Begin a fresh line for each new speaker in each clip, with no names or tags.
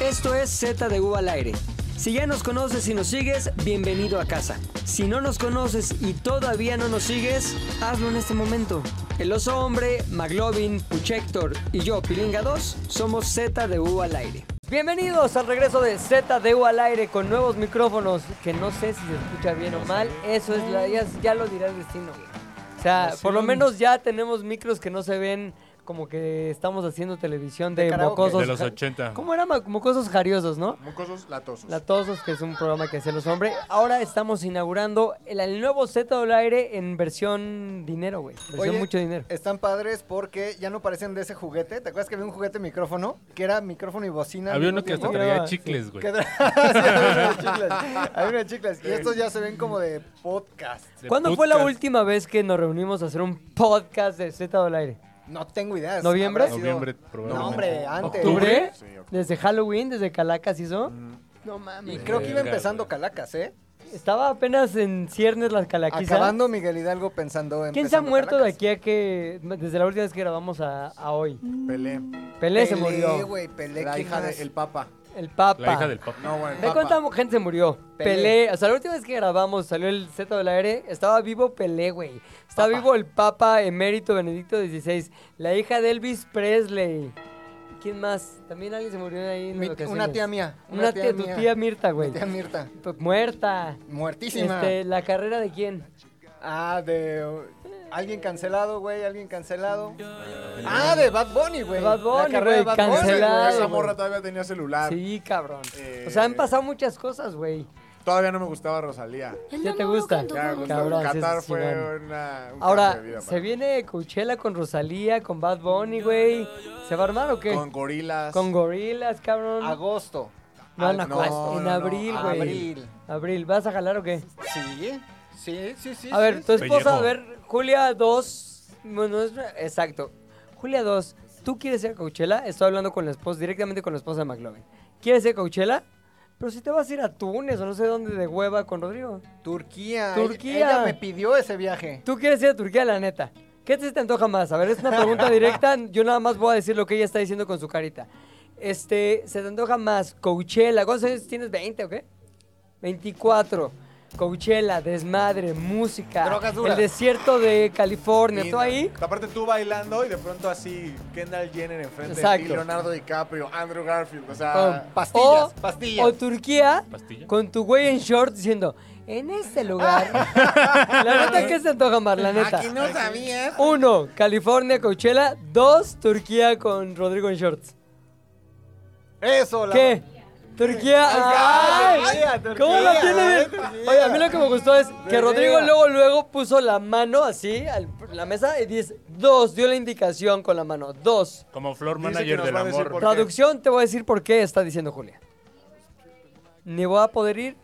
Esto es Z de U al aire. Si ya nos conoces y nos sigues, bienvenido a casa. Si no nos conoces y todavía no nos sigues, hazlo en este momento. El oso hombre, Maglovin, Puchector y yo, Pilinga 2, somos Z de U al aire. Bienvenidos al regreso de Z de U al aire con nuevos micrófonos que no sé si se escucha bien o mal. Eso es la- ya, ya lo dirá el destino. O sea, por lo menos ya tenemos micros que no se ven como que estamos haciendo televisión de,
karaoke.
mocosos.
De los
ja-
80.
¿Cómo era? Ma- Mocosos jariosos, ¿no?
Mucosos latosos.
Latosos, que es un programa que hacen los hombres. Ahora estamos inaugurando el, el nuevo Z del aire en versión dinero, güey. Versión
Oye, eh,
mucho dinero.
Están padres porque ya no parecen de ese juguete. ¿Te acuerdas que había un juguete micrófono? Que era micrófono y bocina. al
Había
mismo
uno que hasta
tiempo?
traía
Sí.
chicles, güey.
Que tra- Sí, había uno de chicles. Había uno de chicles. Y estos ya se ven como de podcast.
De
¿Cuándo fue la
podcast.
última vez que nos reunimos a hacer un podcast de Z del aire?
No tengo idea.
¿Noviembre?
Habrá sido-
Noviembre,
No,
probablemente.
hombre, antes.
¿Octubre?
¿Octubre?
¿Desde Halloween? ¿Desde Calacas hizo? No
Y
mames.
creo que iba
Verga,
empezando
güey.
Calacas, ¿eh?
Estaba apenas en ciernes las calaquizas.
Acabando Miguel Hidalgo pensando en.
¿Quién se ha muerto de aquí a que... desde la última vez que grabamos a, a hoy?
Mm. Pelé,
Pelé,
Pelé,
se murió.
güey, Pelé,
la
¿quién
hija
más?
del Papa.
El Papa.
La hija del papá.
No, bueno, el
¿De
Papa.
cuánta gente se murió? Pelé.
Pelé.
O sea, la última vez que grabamos salió el Z del aire, estaba vivo Pelé, güey. Estaba vivo el Papa emérito Benedicto XVI, la hija de Elvis Presley. ¿Quién más? También alguien se murió ahí en
Mi-
vacaciones.
una tía mía.
Una, tía, tu
mía.
tía Mirta,
Mi
güey.
tía Mirta.
P- Muerta.
Muertísima.
Este, ¿La carrera de quién?
Ah, de. uh, Alguien cancelado, güey, alguien cancelado. Ah, de Bad Bunny, güey.
Bad Bunny,
La carrera de
güey,
Bad Bunny.
cancelado,
Esa
güey.
morra todavía tenía
Ah.
celular.
Sí, cabrón.
Eh,
O sea, han pasado muchas cosas, güey.
Todavía no me gustaba Rosalía.
¿Qué te gusta?
Ya, Gustavo,
Cabrón, sí,
Qatar
sí,
fue
man.
una. un
Ahora,
cambio de vida
se
para mí.
viene Coachella con Rosalía, con Bad Bunny, güey. ¿Se va a armar o qué?
Con gorilas.
Con gorilas, cabrón.
Agosto.
no, no,
no,
agosto, en
no, no,
abril, güey. abril.
Abril.
¿vas a jalar o qué?
Sí, sí, sí, sí.
A ver,
sí,
tu
sí.
esposa,
Pellejo.
a ver, Julia 2. Bueno, es- exacto. Julia 2, ¿tú quieres ir a Coachella? Estoy hablando con la esposa, directamente con la esposa de McLovin. ¿Quieres ir a Coachella? Pero si te vas a ir a Túnez o no sé dónde de hueva con Rodrigo.
Turquía.
Turquía.
Ella, ella me pidió ese viaje.
¿Tú quieres ir a Turquía, la neta? ¿Qué te, te antoja más? A ver, es una pregunta directa. Yo nada más voy a decir lo que ella está diciendo con su carita. Este, ¿se te antoja más Coachella? ¿Cuántos años tienes? ¿20 o qué? 24. Coachella, desmadre, música.
Drogas duras.
El desierto de California. ¿Tú
Linda.
ahí?
Aparte tú bailando y de pronto así Kendall Jenner enfrente de
Exacto.
ti, Leonardo DiCaprio, Andrew Garfield, o
Con
sea,
pastillas,
Ah. o,
pastillas.
o Turquía
¿Pastilla?
con tu güey en short diciendo, en este lugar. la neta, ¿qué se antoja más? La neta.
no sabías.
Uno, California, Coachella. Dos, Turquía con Rodrigo en shorts.
Eso, la.
¿Qué? Turquía.
Ay,
¡Ay!
Turquía, Turquía,
¿Cómo la tiene? bien?
Turquía.
Oye, a mí lo que me gustó es que
Turquía.
Rodrigo luego luego puso la mano así a la mesa y dice dos, dio la indicación con la mano. Dos.
Como floor
Dice que
manager
nos
del
va a decir
amor.
por- qué?
Traducción, te voy a decir por qué está diciendo Julia. Ni voy a poder ir.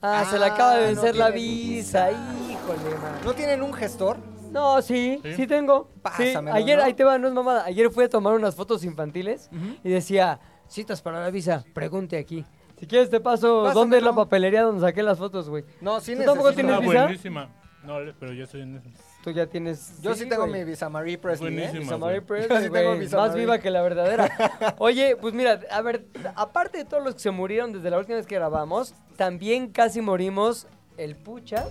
Ah, se le acaba de
Ah, no
vencer la
tiene
visa. Híjole, man.
¿No tienen un gestor?
No, sí, sí,
¿Sí?
tengo. Sí,
Pásamelo,
ayer,
¿no?
ahí te va, no es mamada. Ayer fui a tomar unas fotos infantiles y decía, citas para la visa, pregunte aquí. Si quieres te paso dónde es la
Pásamelo.
papelería donde saqué las fotos, güey.
No, sí
¿Tú tampoco
necesito.
tienes
Ah,
visa?
buenísima. No, le- pero yo soy en eso.
Tú ya tienes...
Yo sí, tengo
güey.
mi visa Marie Presley. ¿eh?
Buenísimo.
Visa Mary
güey.
Presley,
Yo sí tengo
güey,
visa
más
Mary.
viva que la verdadera. Oye, pues mira, a ver, aparte de todos los que se murieron desde la última vez que grabamos, también casi morimos el Puchas,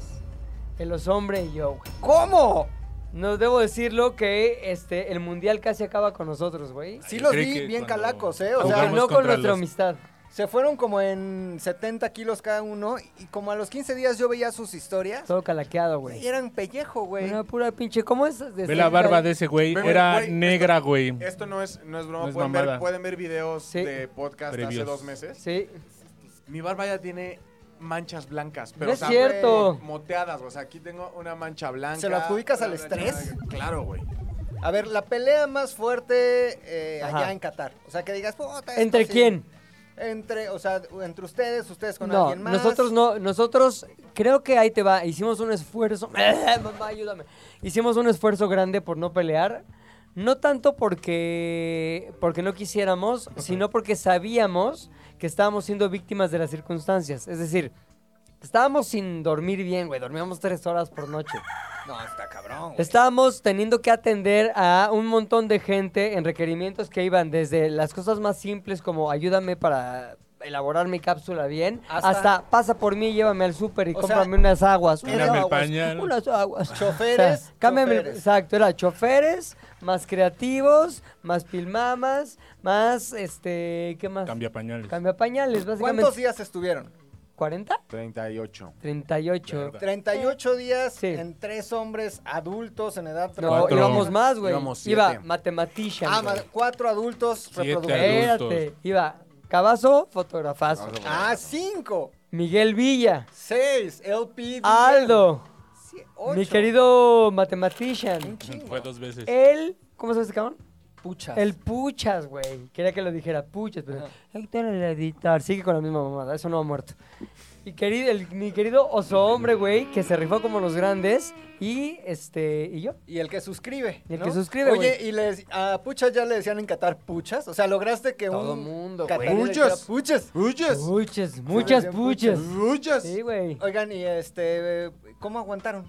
el Osombre y yo, güey.
¿Cómo?
No debo decirlo que este el mundial casi acaba con nosotros, güey.
Sí
Yo
los vi
creí que
bien
cuando
calacos, ¿eh? O sea,
jugamos
Terminó con
contra
nuestra
los-
amistad.
se fueron como en 70 kilos cada uno. Y como a los 15 días yo veía sus historias.
Todo calaqueado,
Y
güey.
eran pellejo, güey.
Una pura pinche. ¿Cómo es? de-
Ve la barba de ese güey.
Ve, güey,
Era
güey,
negra, güey.
Esto no es, no es broma,
No es
pueden,
mamada.
ver, pueden ver videos
Sí.
de podcast de hace
Previos.
dos meses.
Sí.
Mi barba ya tiene manchas blancas, pero
No
o
es
sea,
cierto.
güey, moteadas, o sea, aquí tengo una mancha blanca.
¿Se lo adjudicas al
una mancha
estrés?
blanca. Claro, güey.
A ver, la pelea más fuerte eh,
Ajá.
allá en Qatar. O sea, que digas, puta. esto
¿Entre
sí".
quién?
Entre, o sea, entre ustedes, ustedes con
No,
alguien más.
nosotros no, nosotros creo que ahí te va. Hicimos un esfuerzo. Mamá, ayúdame. Hicimos un esfuerzo grande por no pelear. No tanto porque, porque no quisiéramos, sino porque sabíamos que estábamos siendo víctimas de las circunstancias. Es decir, estábamos sin dormir bien, güey. Dormíamos tres horas por noche.
No, está cabrón. güey.
Estábamos teniendo que atender a un montón de gente en requerimientos que iban desde las cosas más simples como ayúdame para elaborar mi cápsula bien, hasta,
Hasta-
pasa por mí, llévame al súper y
O sea,
cómprame unas aguas.
era-
Unas
Dame el
aguas,
pañal.
unas aguas.
Choferes,
O sea, cámbiame el-
choferes.
exacto, era choferes, más creativos, más pilmamas, más este, ¿qué más?
Cambia pañales.
Cambia pañales, básicamente.
¿Cuántos días estuvieron?
¿40?
38.
38.
Verga.
38 días
Sí.
en tres hombres adultos en edad
No,
Cuatro.
íbamos más, güey.
Íbamos siete.
Iba matematician.
Ah,
güey.
ma- cuatro adultos
Siete
reproductores.
Espérate, iba Cabazo, fotografazo.
Vamos a poner.
Ah, cinco,
Miguel Villa,
seis, LP. Miguel,
Aldo,
sie- ocho.
mi querido
Un
matematician.
chingo.
Fue dos veces.
El, ¿cómo se llama este cabrón?
Puchas.
El Puchas, güey. Quería que lo dijera Puchas, pero Héctor el editor sigue con la misma mamada, eso no ha muerto. Y querido, el- mi querido oso hombre, güey, que se rifó como los grandes y este y yo.
Y el que suscribe.
Y el
¿no?
que suscribe,
Oye,
güey.
y les, a Puchas ya le decían en Qatar Puchas. O sea, lograste que
Todo
un.
mundo, güey.
catarí le dijera
Puchas.
Puchas.
¡Huyes!
Puchas, muchas
decían
puchas.
¡Huyes!
Sí, güey.
Oigan, y este. eh, ¿Cómo aguantaron?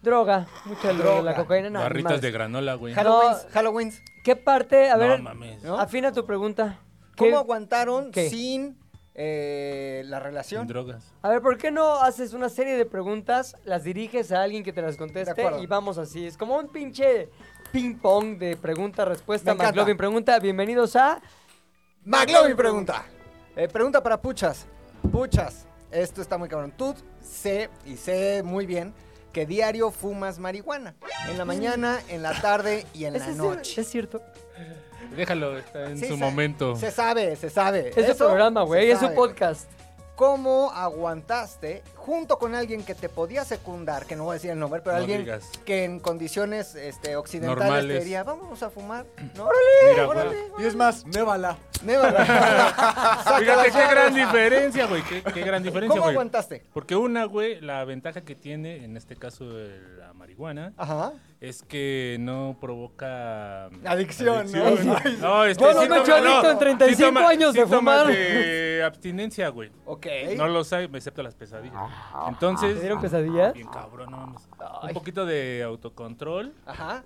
Droga, mucha droga, la cocaína, no, ni
Barritas
madres.
de granola, güey.
Ja-
Halloween. Halloween.
¿Qué parte? A
No
ver,
mames.
¿no?
afina tu pregunta. ¿Qué-
¿Cómo aguantaron
¿Qué?
sin eh, la
Sin
relación?
drogas.
A ver, ¿por qué no haces una serie de preguntas, las diriges a alguien que te las conteste
De acuerdo.
y vamos así? Es como un pinche ping pong de pregunta-respuesta.
Me encanta.
McLovin pregunta, bienvenidos a...
McLovin pregunta. Eh, pregunta para Puchas. Puchas, esto está muy cabrón. Tú sé y sé muy bien que diario fumas marihuana. En la mañana, en la tarde y en
¿Es,
la
es-
noche.
es cierto.
Déjalo, está en
Sí,
su
se-
momento.
Se sabe, se sabe.
Es su
Eso
programa,
se
güey. Es su
sabe.
podcast.
¿Cómo aguantaste junto con alguien que te podía secundar, que no voy a decir el nombre, pero
No
alguien
digas.
que en condiciones este, occidentales te
Normales.
diría, vamos a fumar? ¿no?
Mira, güey.
¡Órale!
Y es más, névala.
Saca
Ah, Fíjate
las
qué gran
llaves.
diferencia, güey. Qué, qué gran diferencia,
¿Cómo
güey.
aguantaste?
Porque una, güey, la ventaja que tiene, en este caso de la marihuana,
Ajá.
es que no provoca... mm,
Adicción, ¿no? Ay,
No, es que
Bueno,
sí
me he hecho
toma-
adicto en
sí
35
toma-
años
sí
de
tomas
fumar.
de abstinencia, güey.
Ok.
No los hay, excepto las pesadillas. Entonces...
Ah, ¿Te dieron pesadillas?
Ah, Bien cabrón, no mames.
Ay.
Un poquito de autocontrol
Ajá.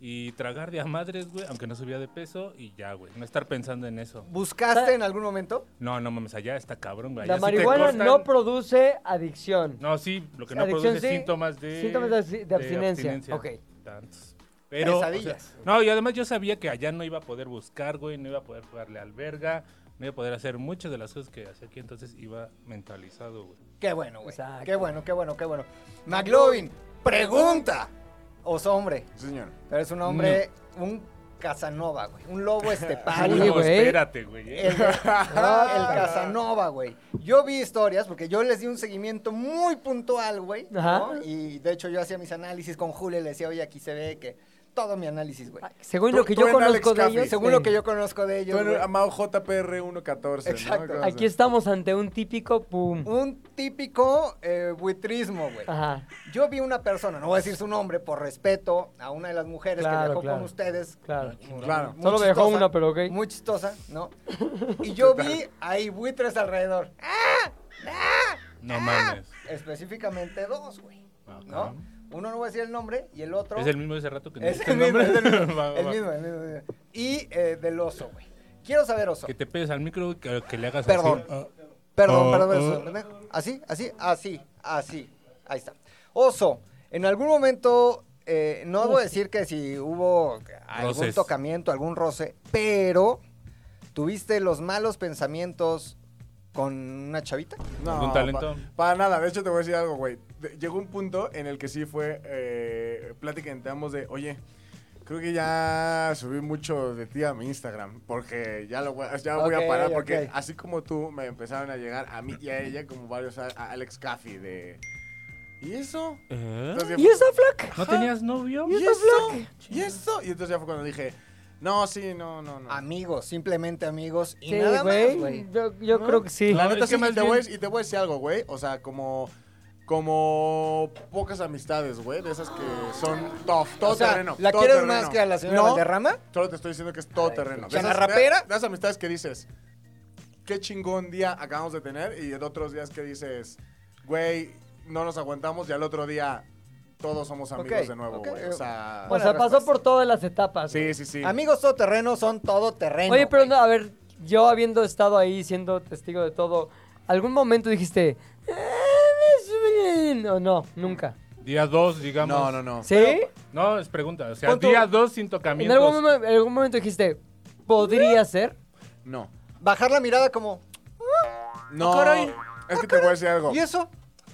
y tragar de a madres, güey, aunque no subía de peso y ya, güey. No estar pensando en eso.
¿Buscaste en algún momento?
No, no mames, allá está cabrón, güey.
La
Allá sí te
marihuana
cortan-
no produce adicción.
No, sí, lo que no
Adicción,
produce
sí.
síntomas de...
Síntomas de absti- de abstinencia. Ok.
Tantos. Pero, o sea,
Pesadillas.
no, y además yo sabía que allá no iba a poder buscar, güey, no iba a poder jugarle alberga, no iba a poder hacer muchas de las cosas que hacía aquí, entonces iba mentalizado, güey.
Qué bueno, güey.
Exacto.
Qué bueno, qué bueno, qué bueno. McLovin, pregunta. Os hombre.
Señor.
Pero es un hombre, un Casanova, güey. Un lobo
Ay, Uy,
estepal. Ah, güey.
güey.
espérate, güey. eh.
El, el Casanova, güey. Yo vi historias, porque yo les di un seguimiento muy puntual, güey. ¿no?
Ajá.
Y de hecho yo hacía mis análisis con Julio y le decía, oye, aquí se ve que todo mi análisis, güey.
Según
Tú-
lo que
tú
yo
en Alex
conozco de
Caffey.
ellos...
Según lo
ven.
que yo conozco de ellos,
Tú en
güey,
el amado JPR 114.
Exacto.
¿no?
Aquí estamos ante un típico pum.
un típico eh, buitrismo, güey.
Ajá.
Yo vi una persona, no voy a decir su nombre por respeto a una de las mujeres
Claro,
que viajó
claro.
con ustedes.
Claro.
Claro.
Muy
Solo viajó
chistosa,
una, pero ok.
Muy chistosa, ¿no? Y yo vi ahí buitres alrededor.
No mames.
Específicamente dos, güey.
Ajá.
¿No? Uno no voy a decir el nombre y el otro.
¿Es el mismo de ese rato que no
Es
dijiste
el mismo,
nombre?
es el mismo,
Va, va,
el
va.
mismo, el mismo, el mismo. Y eh, del oso, güey. Quiero saber, oso.
Que te pegues al micro y que, que le hagas
Perdón.
así. Ah,
Perdón, perdón,
Oh, oh.
perdón, perdón. Así, así, así, así. Ahí está. Oso, en algún momento, eh, no debo decir que si hubo algún
Roces.
tocamiento, algún roce, pero tuviste los malos pensamientos con una chavita.
¿Algún talento?
pa- para nada. De hecho, te voy a decir algo, güey. De- Llegó un punto en el que sí fue eh, plática entre ambos de, oye, creo que ya subí mucho de ti a mi Instagram, porque ya lo voy, a- ya voy
Ok,
a parar,
ok.
porque así como tú, me empezaron a llegar a mí y a ella, como varios, a, a Alex Caffey de... ¿Y eso?
¿Eh?
Entonces,
¿Y esa flaca?
¿No tenías novio?
¿Y eso? ¿Y eso? Y entonces ya fue cuando dije, no, sí, no, no, no.
Amigos, simplemente amigos. Y
Sí,
nada más,
güey.
güey.
Yo, yo
¿No?
creo que sí.
La
No,
neta
es que
sí,
más
y te,
bien-
voy, a- y te voy a decir algo, güey. O sea, como. Como pocas amistades, güey. De esas que son tough, todo
O sea,
terreno.
¿la
todo
quieres
terreno.
más que a la señora
No,
Valderrama?
Solo te estoy diciendo que es todo terreno.
¿Y a la
esas-
rapera?
De esas amistades que dices, qué chingón día acabamos de tener. Y en otros días que dices, güey, no nos aguantamos. Y al otro día, todos somos amigos
Ok,
de nuevo,
ok,
güey.
eh,
O sea.
Buena
o sea, pasó
respuesta.
por todas las etapas. güey.
Sí, sí, sí.
Amigos todoterreno son todoterreno.
Oye, pero
güey.
no, a ver, yo habiendo estado ahí siendo testigo de todo, ¿algún momento dijiste, "Ah, me suben"? No, no, nunca.
Día 2, digamos.
No, no, no.
¿Sí?
No, es pregunta. O sea,
Pon tú-
día 2 sin
¿En
tocamientos.
algún, momen- en algún momento dijiste, podría ser?
No.
Bajar la mirada como,
No.
Ah, caray.
Es que te voy a decir algo.
¿y eso?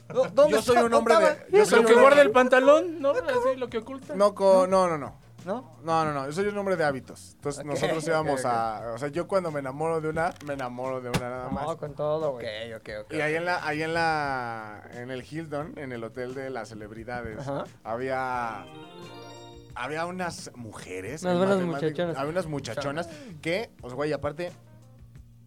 ¿Dó- ¿Dónde
Yo soy
está-
un hombre
dónde
de. Yo soy
Lo
un
que
hombre-
guarda el pantalón, ¿no? Así, lo que oculta.
No, co- no, no, no.
estaba? ¿No?
No, no, no, yo soy un hombre de hábitos. Entonces
Ok,
nosotros
ok,
íbamos
ok.
a... O sea, yo cuando me enamoro de una, me enamoro de una nada más.
No, con todo,
Ok,
güey.
ok, ok.
Y ahí en la, ahí en la, en el Hilton, en el hotel de las celebridades,
Ajá.
había, había unas mujeres,
Unas
en
buenas
matemáticas-
muchachonas.
había unas muchachonas que, o sea, güey, aparte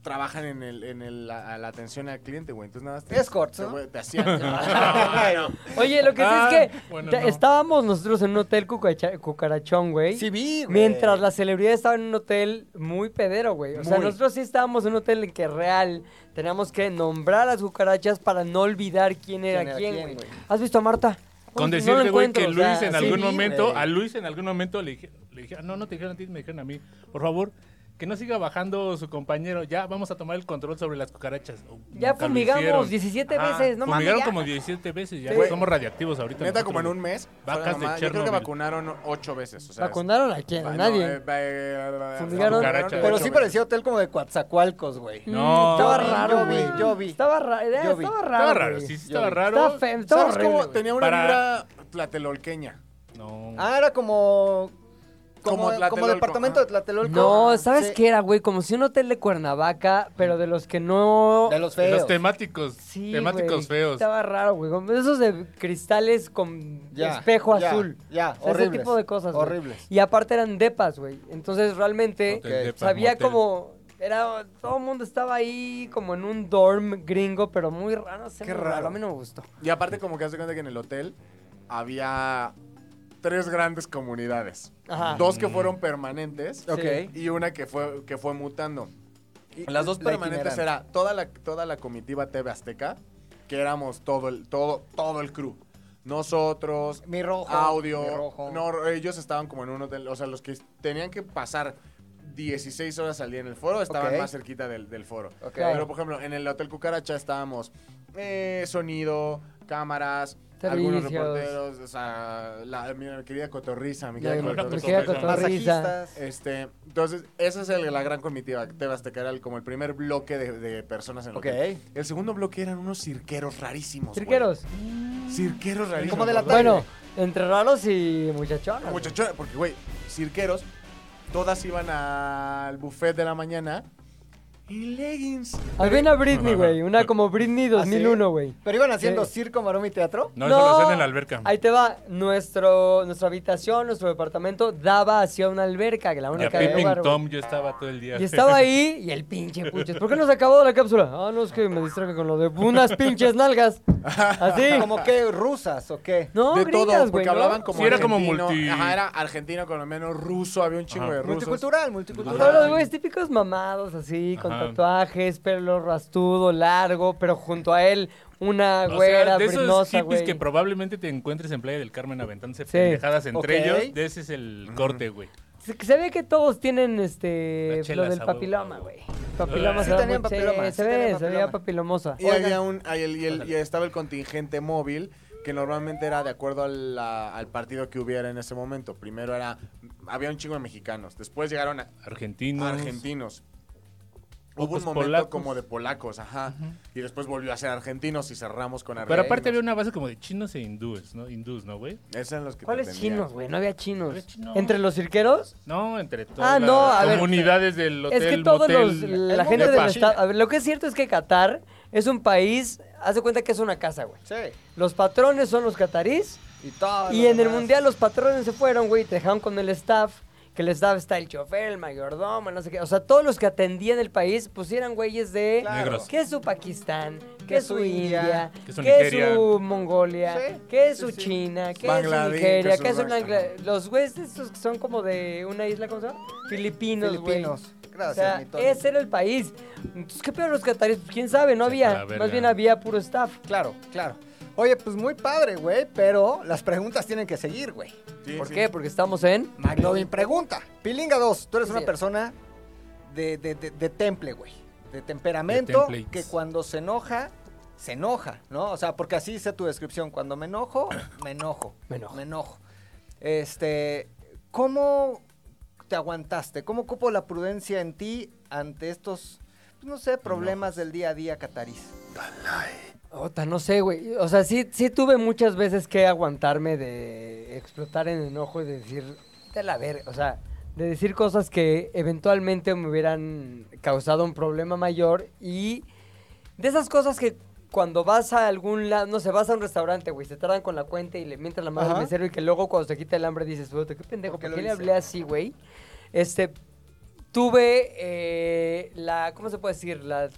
trabajan en el, en el, la, la atención al cliente, güey. Entonces nada más te,
Escorts,
te-
¿no?
güey, te hacían. Ah, No, no.
Oye, lo que sí es
Ah,
que
bueno,
ya
no.
estábamos nosotros en un hotel cucacha- cucarachón, güey.
Sí vi, güey.
Mientras la celebridad estaba en un hotel muy pedero, güey. O sea,
Muy.
nosotros sí estábamos en un hotel en que real teníamos que nombrar a las cucarachas para no olvidar quién era
era
quién,
quién,
güey.
güey.
¿Has visto a Marta?
Con
No lo
decirte, güey, que
encuentro,
Luis
o sea,
en
sí.
algún momento,
güey.
a Luis en algún momento le dije, le dije, "Ah, no, no te dijeron a ti, me dijeron a mí, por favor, que no siga bajando su compañero, ya vamos a tomar el control sobre las cucarachas. Oh,
Ya
nunca lo
fumigamos
hicieron.
17 veces, no mames,
Fumigaron
ya.
como 17 veces, ya
Sí.
güey, somos radiactivos ahorita. este
Neta,
nosotros,
como en
güey.
un mes,
Vacas
fuera nomás-
de
yo creo que
Chernobyl.
vacunaron ocho veces. O sea,
¿Vacunaron a quién? A nadie.
eh,
eh,
Fumigaron.
Pero sí parecía hotel como de Coatzacoalcos, güey.
Mm,
No,
estaba
yo
raro,
vi,
güey.
yo vi.
Estaba raro,
Yo vi.
estaba raro.
Estaba raro,
güey.
sí, sí estaba
vi.
raro.
Estaba feo, estaba
¿Sabes
horrible,
cómo?
güey.
Tenía una
Para-
vibra tlatelolqueña.
No.
Ah, era como...
Como
Como, como,
Tlatelolco,
departamento
ajá.
de Tlatelolco.
No, ¿sabes
Sí.
qué era, güey? Como si un hotel de Cuernavaca, pero de los que no...
De los
De
feos.
Los temáticos,
Sí,
temáticos
güey,
feos.
Estaba raro, güey. como Esos de cristales con
Ya,
espejo
ya,
azul.
ya,
O sea, ese
horribles,
tipo de cosas. güey.
horribles.
Y aparte eran depas, güey. Entonces realmente
Hotel de Pan
sabía
Motel.
como. Era, todo el mundo estaba ahí como en un dorm gringo, pero muy raro. no sé,
Qué
muy raro.
raro.
A mí no me gustó.
Y aparte, como que hace cuenta que en el hotel había tres grandes comunidades.
Ajá.
Dos que fueron permanentes
Ok.
Sí.
y una que fue, que fue mutando. Las dos permanentes era toda la, toda la comitiva TV Azteca, que éramos todo el, todo, todo el crew. Nosotros,
Mi rojo.
audio.
Mi rojo.
No, ellos estaban como en un hotel. O sea, los que tenían que pasar 16 horas al día en el foro estaban
Ok.
más cerquita del, del foro.
Ok.
Pero, por ejemplo, en el Hotel Cucaracha estábamos eh, sonido, cámaras, algunos
Servicios.
reporteros. O sea, la, mi querida Cotorriza, mi
Ya,
querida
me
la
Cotorriza.
queda con
Cotorrisa.
tu risa.
Masajistas.
Este, entonces, esa es el- la gran comitiva TV Azteca, era el- como el primer bloque de, de personas en el
Ok.
hotel. El segundo bloque eran unos cirqueros rarísimos. güey.
Cirqueros.
Cirqueros rarísimos.
Como de la
O sea,
Bueno, entre raros y muchachones.
muchachones, porque, güey, cirqueros, todas iban al buffet de la mañana y leggings.
Había a Britney, güey. Una como
¿Ah,
Britney 2001, güey.
Pero iban haciendo
Sí.
circo, maroma y teatro.
No, eso lo hacían en la alberca.
Ahí te va. Nuestro, nuestra habitación, nuestro departamento daba hacia una alberca, que la
Y a
única del
Pipping
lugar, güey.
Tom yo estaba todo el día.
Y estaba ahí y el pinche puches. ¿Por qué no se acabó la cápsula? Ah, no, es que me distraje con lo de unas pinches nalgas. Así.
Como que rusas o qué.
Ah, No,
de
gritas,
todo, porque
güey, ¿no?
hablaban como.
Sí, era como
argentino,
multi-
Ajá, era argentino, colombiano, ruso, había un chingo
Ajá.
de rusos.
Multicultural,
Todos
multicultural.
los güeyes típicos mamados así, con
Ajá.
tatuajes, pelo rastudo, largo, pero junto a él una
O sea,
güera
de esos
brinosa,
hippies
güey.
que probablemente te encuentres en Playa del Carmen aventándose
Sí.
pendejadas entre
Ok.
ellos, de ese es el corte, güey.
Se, se ve que todos tienen este
Las chelas,
lo del
a huevo,
papiloma,
a
güey.
huevo.
Papiloma
Sí
se ve
tenían
muy- sí,
papiloma, sí
se
tenían
ve, se veía
papiloma.
papilomosa.
Y había un. ahí el- y el- y estaba el contingente móvil, que normalmente era de acuerdo a la- al partido que hubiera en ese momento. Primero era. Había un chingo de mexicanos. Después llegaron a-
Argentinos.
argentinos. Hubo
Pocos
un momento
polacos.
como de polacos, ajá. Y después volvió a ser argentinos y cerramos con argentinos.
Pero aparte había una base como de chinos e hindúes, ¿no? Hindús, ¿no, güey?
Esos eran los que te
¿Cuáles
atendían.
chinos, güey? No había chinos.
había chinos.
¿Entre los cirqueros?
No, entre todas
Ah, no, a
las
ver,
comunidades del hotel,
es que todos
motel,
los. La
el
gente del
depa.
estado. a ver, lo que es cierto es que Qatar es un país. Haz de cuenta que es una casa, güey.
Sí.
Los patrones son los catarís.
Y todo.
Y
lo
en el
demás.
mundial los patrones se fueron, güey, y te dejaron con el staff. Que el staff está el chofer, el mayordomo, no sé qué. O sea, todos los que atendían el país, pues eran güeyes de.
Claro.
Negros.
¿Qué es su Pakistán? ¿Qué
Que
es su
su
India?
India,
¿Qué
que
es su,
su Nigeria.
Mongolia?
Sí,
¿Qué es
sí,
su
sí.
China? ¿Qué es su
Bangladesh, que
Nigeria?
es
¿Qué es su
Bangla-
Bangla- Los güeyes estos que son como de una isla, ¿cómo se llama? Filipinos, güey.
Filipinos.
O sea,
Gracias, mi Tony.
ese era el país. Entonces, ¿qué peor los cataríes? Pues, ¿Quién sabe? No
Saca la
había.
verga.
Más bien había puro staff.
Claro, claro. Oye, pues muy padre, güey, pero las preguntas tienen que seguir, güey.
Sí,
¿Por
sí.
qué? Porque estamos en...
McLovin pregunta. Pilinga 2, tú eres
Sí,
una
señor.
persona de, de- de- de temple, güey. De temperamento
templates.
que cuando se enoja, se enoja, ¿no? O sea, porque así dice tu descripción. Cuando me enojo, me enojo.
Me enojo.
Me enojo. Este, ¿cómo te aguantaste? ¿Cómo cupo la prudencia en ti ante estos, pues, no sé, problemas del día a día, Catariz?
Ota, no sé, güey. O sea, sí, sí tuve muchas veces que aguantarme de explotar en enojo y de decir, de la verga. O sea, de decir cosas que eventualmente me hubieran causado un problema mayor. Y de esas cosas que cuando vas a algún lado, no sé, vas a un restaurante, güey, se tardan con la cuenta y le mientras la madre al
Ajá.
mesero y que luego cuando se quita el hambre dices, puta, qué pendejo,
¿Por qué
¿por
lo
qué le
hice?
hablé así, güey? Este, tuve eh, la, ¿cómo se puede decir? La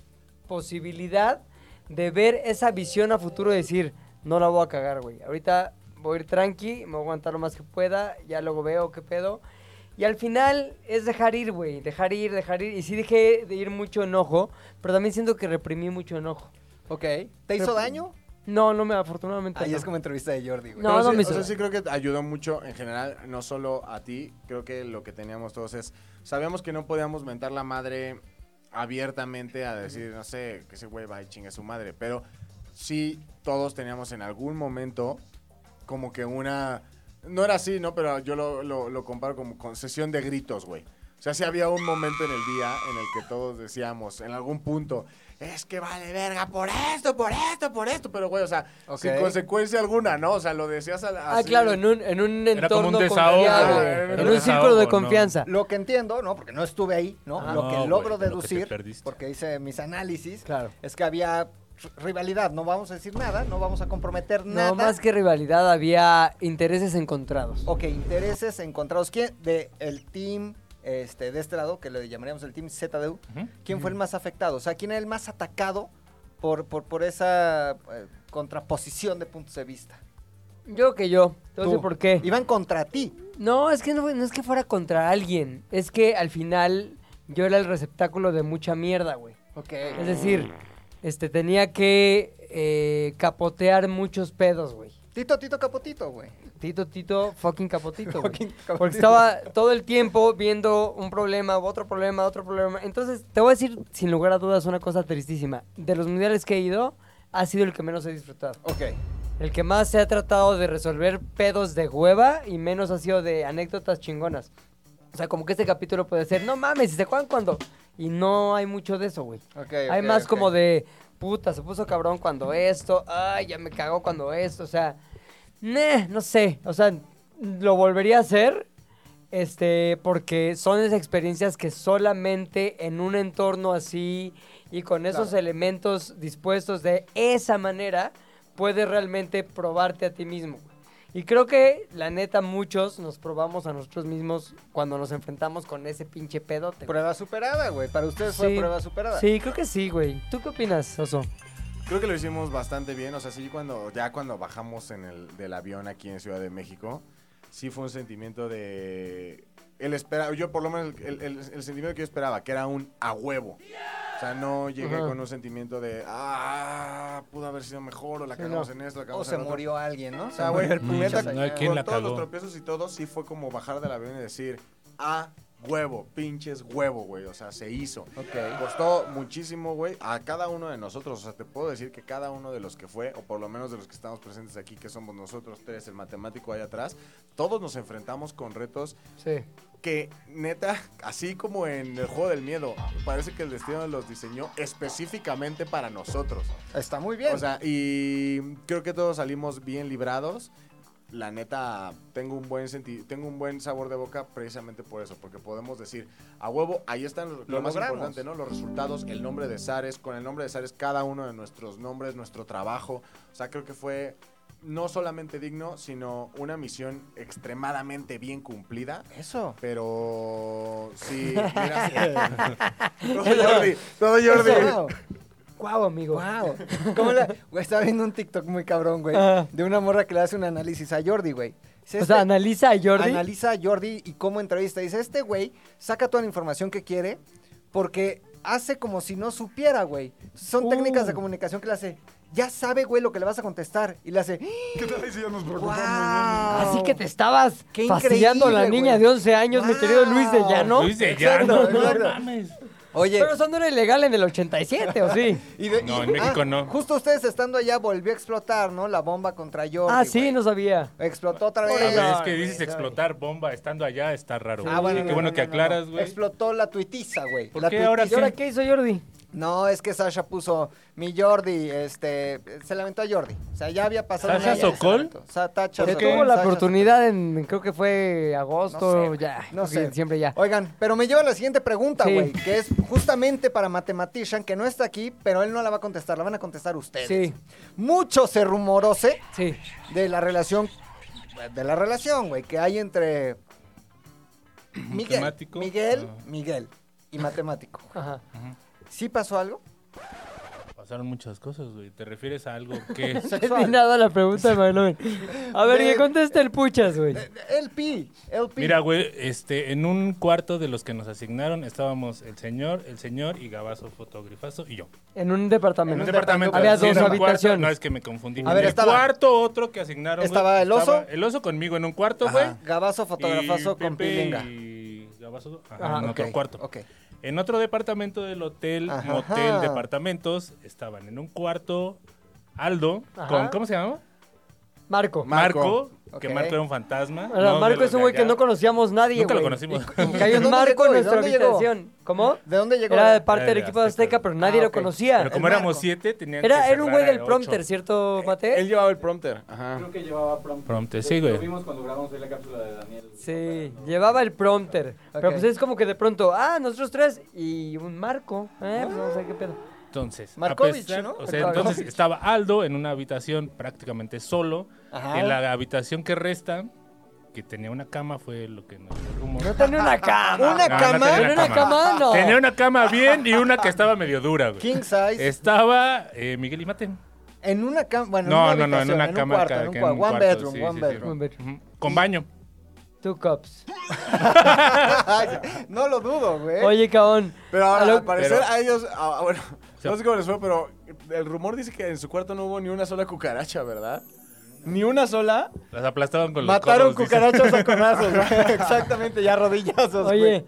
posibilidad de ver esa visión a futuro y decir, no la voy a cagar, güey. Ahorita voy a ir tranqui, me voy a aguantar lo más que pueda, ya luego veo qué pedo. Y al final es dejar ir, güey, dejar ir, dejar ir. Y sí dejé de ir mucho enojo, pero también siento que reprimí mucho enojo.
Ok. ¿Te hizo
Pero-
daño?
No, no me, afortunadamente
Ahí
no.
es como entrevista de Jordi, güey.
No,
Pero sí,
me
o sea,
hizo.
sí creo que ayudó mucho en general, no solo a ti, creo que lo que teníamos todos es, sabíamos que no podíamos mentar la madre abiertamente a decir, no sé, que ese güey va y chinga a su madre, pero sí todos teníamos en algún momento como que una, no era así, ¿no? Pero yo lo, lo- lo comparo como concesión de gritos, güey. O sea, sí había un momento en el día en el que todos decíamos, en algún punto, es que vale verga por esto, por esto, por esto. Pero, güey, o sea,
Ok.
sin consecuencia alguna, ¿no? O sea, lo decías a la-
Ah,
así.
claro, en un, en un
Era como
entorno
un desahogo,
confiable,
era un
en un círculo de
desahogo, ¿no?
confianza.
Lo que entiendo, ¿no? Porque no estuve ahí, ¿no?
Ah.
lo que
No,
logro
güey, lo que te
deducir,
perdiste.
porque hice mis análisis,
Claro.
es que había r- rivalidad. No vamos a decir nada, no vamos a comprometer nada.
No, más que rivalidad, había intereses encontrados.
Ok, intereses encontrados. ¿Quién de el team este, de este lado, que le llamaríamos el team ZDU,
Ujú.
quién fue el más afectado? O sea, ¿quién era el más atacado por, por, por esa eh, contraposición de puntos de vista?
Yo que yo. No sé
Tú.
por qué.
Iban contra ti.
No, es que no, fue- no es que fuera contra alguien. Es que al final yo era el receptáculo de mucha mierda, güey.
Ok.
Es decir, este tenía que eh, capotear muchos pedos, güey.
Tito, Tito Capotito, güey.
Tito, Tito, fucking capotito, güey.
Fucking capotito.
Porque estaba todo el tiempo viendo un problema, otro problema, otro problema. Entonces, te voy a decir, sin lugar a dudas, una cosa tristísima. De los mundiales que he ido, ha sido el que menos he disfrutado.
Ok.
El que más se ha tratado de resolver pedos de hueva y menos ha sido de anécdotas chingonas. O sea, como que este capítulo puede ser, no mames, ¿se acuerdan cuando? Y no hay mucho de eso, güey.
Ok,
hay
ok,
más
ok.
como de, puta, se puso cabrón cuando esto, ay, ya me cagó cuando esto, o sea, "Neh, no sé, o sea, lo volvería a hacer, este, porque son esas experiencias que solamente en un entorno así y con esos
Claro.
elementos dispuestos de esa manera puedes realmente probarte a ti mismo. güey. Y creo que la neta muchos nos probamos a nosotros mismos cuando nos enfrentamos con ese pinche pedote. güey.
Prueba superada, güey. Para ustedes fue
Sí.
prueba superada.
Sí, creo que sí, güey. ¿Tú qué opinas, Oso?
Creo que lo hicimos bastante bien. O sea, sí, cuando, ya cuando bajamos en el, del avión aquí en Ciudad de México, sí fue un sentimiento de. El espera, yo por lo menos el, el- el- el sentimiento que yo esperaba, que era un a huevo. O sea, no llegué
Ajá.
con un sentimiento de, ah, pudo haber sido mejor, o la
Sí,
cagamos
no.
en esto, la
O
cagamos
se
en lo otro.
murió alguien, ¿no?
O sea, güey, el
Mm,
neta,
no hay quien
con
la
todos los
cagó.
tropiezos y todo, sí fue como bajar del avión y decir, a huevo, pinches huevo, güey. O sea, se hizo.
Ok.
Costó muchísimo, güey, a cada uno de nosotros. O sea, te puedo decir que cada uno de los que fue, o por lo menos de los que estamos presentes aquí, que somos nosotros tres, el matemático allá atrás, todos nos enfrentamos con retos
Sí.
que, neta, así como en el juego del miedo, parece que el destino los diseñó específicamente para nosotros.
Está muy bien.
O sea, y creo que todos salimos bien librados. La neta, tengo un buen senti- tengo un buen sabor de boca precisamente por eso, porque podemos decir, a huevo, ahí están lo,
Lo
más
logramos.
importante, ¿no? Los resultados, el nombre de Sares, con el nombre de Sares, cada uno de nuestros nombres, nuestro trabajo. O sea, creo que fue no solamente digno, sino una misión extremadamente bien cumplida.
eso.
Pero sí, mira. todo Jordi, todo Jordi.
Eso.
Guau, amigo.
Wow. ¿Cómo la- Güey, estaba viendo un TikTok muy cabrón, güey.
Ajá.
De una morra que le hace un análisis a Jordi, güey. Dice,
O sea,
este-
analiza a Jordi.
analiza a Jordi y cómo entrevista. Dice, este güey saca toda la información que quiere, porque hace como si no supiera, güey. Son técnicas
Uh.
de comunicación que le hace, ya sabe, güey, lo que le vas a contestar. Y le hace, "¡Ah!".
¿Qué tal ahí si ya nos preguntamos?
¡guau!
Así que te estabas
Qué
fastidiando a la
increíble,
niña
güey.
de 11 años, mi querido
Wow.
Luis de Llano.
Luis de
Exacto,
Llano, no
exacto.
mames.
Oye,
Pero eso no era ilegal en el 87, ¿o sí?
y de-
No,
y- ah,
en México no.
Justo ustedes estando allá volvió a explotar, ¿no? La bomba contra Jordi.
ah, sí,
güey.
no sabía.
Explotó otra vez.
Güey,
no,
es que
güey,
dices
no.
explotar bomba estando allá, está raro.
Ah, bueno,
Qué
no,
bueno
no,
que
no, no.
aclaras, güey.
Explotó la tuitiza, güey.
¿Por
La
qué ahora
¿Y ahora
sí?
qué hizo Jordi?
No, es que Sasha puso mi Jordi, este, se lamentó a Jordi. O sea, ya había pasado.
¿Sasha
una- ya se
Sokol?
lamentó. Sa- Tacha
Porque
Sokol,
tuvo la
Sasha-
oportunidad en, creo que fue
No
agosto,
sé, güey.
ya. creo
No
que
sé.
en Diciembre ya.
Oigan, pero me lleva a la siguiente pregunta,
Sí.
güey, que es justamente para Mathematician, que no está aquí, pero él no la va a contestar, la van a contestar ustedes.
Sí.
Mucho se rumorose
Sí.
de la relación, de la relación, güey, que hay entre Miguel,
Matemático.
Miguel,
Ah.
Miguel y matemático.
Ajá.
¿Sí pasó algo?
Pasaron muchas cosas, güey. ¿Te refieres a algo que
Es bien nada la pregunta de Manuel. A ver, que conteste el puchas, güey.
Eh, El pi, el pi.
Mira, güey, este, en un cuarto de los que nos asignaron estábamos el señor, el señor y Gabazo, fotógrafazo y yo.
En un
En
departamento.
un departamento.
Había dos
sí, en un cuarto-
habitaciones.
No, es que me confundí.
A ver,
en el
estaba-
cuarto otro que asignaron. güey,
estaba el oso.
El oso conmigo en un cuarto, güey.
Gabazo, fotografazo
y
con
Pepe
pilinga.
Y Gabazo ajá,
Ah,
en
Ok,
otro cuarto.
ok.
En otro departamento del hotel,
Ajá.
motel, departamentos, estaban en un cuarto Aldo
Ajá.
con, ¿cómo se llama?
Marco.
Marco,
Ok.
que Marco era un fantasma.
Ahora,
no de
Marco
los
es un
de
güey que
allá.
no conocíamos nadie,
Nunca lo
güey.
conocimos.
Y Cayó
¿Dónde
un Marco
llegó,
en
güey?
nuestra
¿Dónde llegó?
habitación. ¿Cómo?
¿De dónde llegó?
Era
la-
de parte del
Era de
equipo de
Azteca.
Azteca, pero nadie
Ah,
lo
ok.
Pero
conocía.
como
El
éramos
Marco.
siete, tenían
Era,
que
era un güey
cerrar
del
a
prompter,
ocho.
¿cierto, Mate?
Él llevaba el prompter. Ajá.
Creo que llevaba prompt.
Prompter, sí, güey.
Lo vimos cuando grabamos hoy la cápsula de Daniel.
Sí, llevaba el prompter. Pero
Ok.
pues es como que de pronto, ah, nosotros tres y un Marco. Eh, pues no sé qué pedo.
Entonces, a
Markovich,
pesar-
¿no?
o sea,
Markovich.
entonces estaba Aldo en una habitación prácticamente solo.
Ajá.
En la habitación que resta, que tenía una cama, fue lo que nos dio el rumor. Ah,
No tenía una cama.
¿Una
No, no
cama?
¿Tenía una cama? No.
Tenía una cama bien y una que estaba medio dura, güey.
King size.
Estaba eh, Miguel y Mate.
En una cama. Bueno,
No,
en una
no, no, en
habitación,
una
en un
cama
cuarto,
cada
en un
quien,
cuarto.
un
One
cuarto,
bedroom,
sí,
one
sí, sí.
bedroom.
One bedroom.
Ujú. Con baño.
Two cups.
Ay, no lo dudo, güey.
Oye, caón.
Pero ahora,
A lo-
al parecer
pero-
a ellos. ah, bueno,
sea-
no sé cómo les fue, pero el rumor dice que en su cuarto no hubo ni una sola cucaracha, ¿verdad? Ni una sola.
Las aplastaban con los
Mataron
codos, dice.
cucarachas a conazos, güey. Exactamente, ya rodillazos, güey.
Oye.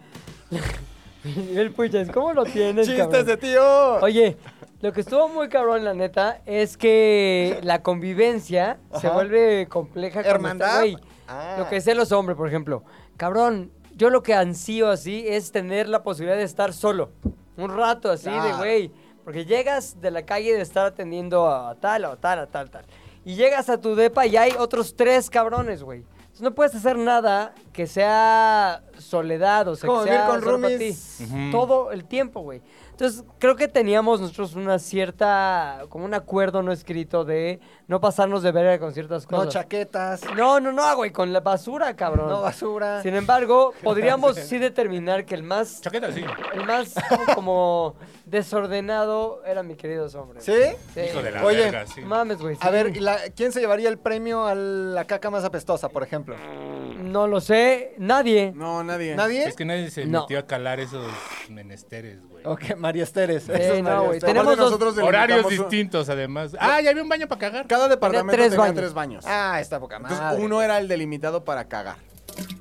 Miguel Puchas, ¿cómo lo tienes,
Chistes
cabrón?
de tío.
Oye, lo que estuvo muy cabrón, la neta, es que la convivencia se
Ajá.
vuelve compleja cuando está,
Hermandad.
güey.
Ah.
Lo que es los hombres, por ejemplo. Cabrón, yo lo que ansío así es tener la posibilidad de estar solo. Un rato así de,
Claro.
güey. Porque llegas de la calle de estar atendiendo a tal, a tal, a tal, tal. Y llegas a tu depa y hay otros tres cabrones, güey. Entonces no puedes hacer nada que sea soledad, o sea,
Como
que
vivir
sea
con
solo para
roomies.
ti.
Ujú.
Todo el tiempo, güey. Entonces creo que teníamos nosotros una cierta, como un acuerdo no escrito de no pasarnos de verga con ciertas
No
cosas.
chaquetas,
No, no, no, güey, con la basura, cabrón.
no basura.
Sin embargo, podríamos sí determinar que el más,
Chaqueta, sí.
el más como desordenado era mi querido hombre.
¿Sí?
Hijo de la
Eh, Oye,
verga, sí.
Mames, güey.
A
sí.
ver, ¿y la- ¿quién se llevaría el premio a la caca más apestosa, por ejemplo?
no lo sé, nadie.
No, nadie.
¿Nadie?
Es que nadie se
No.
metió a calar esos menesteres, güey.
Ok, María Esteres.
Sí,
Eso es
no,
María
güey,
Esteres.
Aparte,
tenemos dos-
nosotros
Horarios
delimitamos un-
distintos, además. Ah, ya había un baño para cagar.
Cada departamento
tres
tenía
baños.
tres baños.
Ah, está poca
Entonces,
madre.
uno era el delimitado para cagar.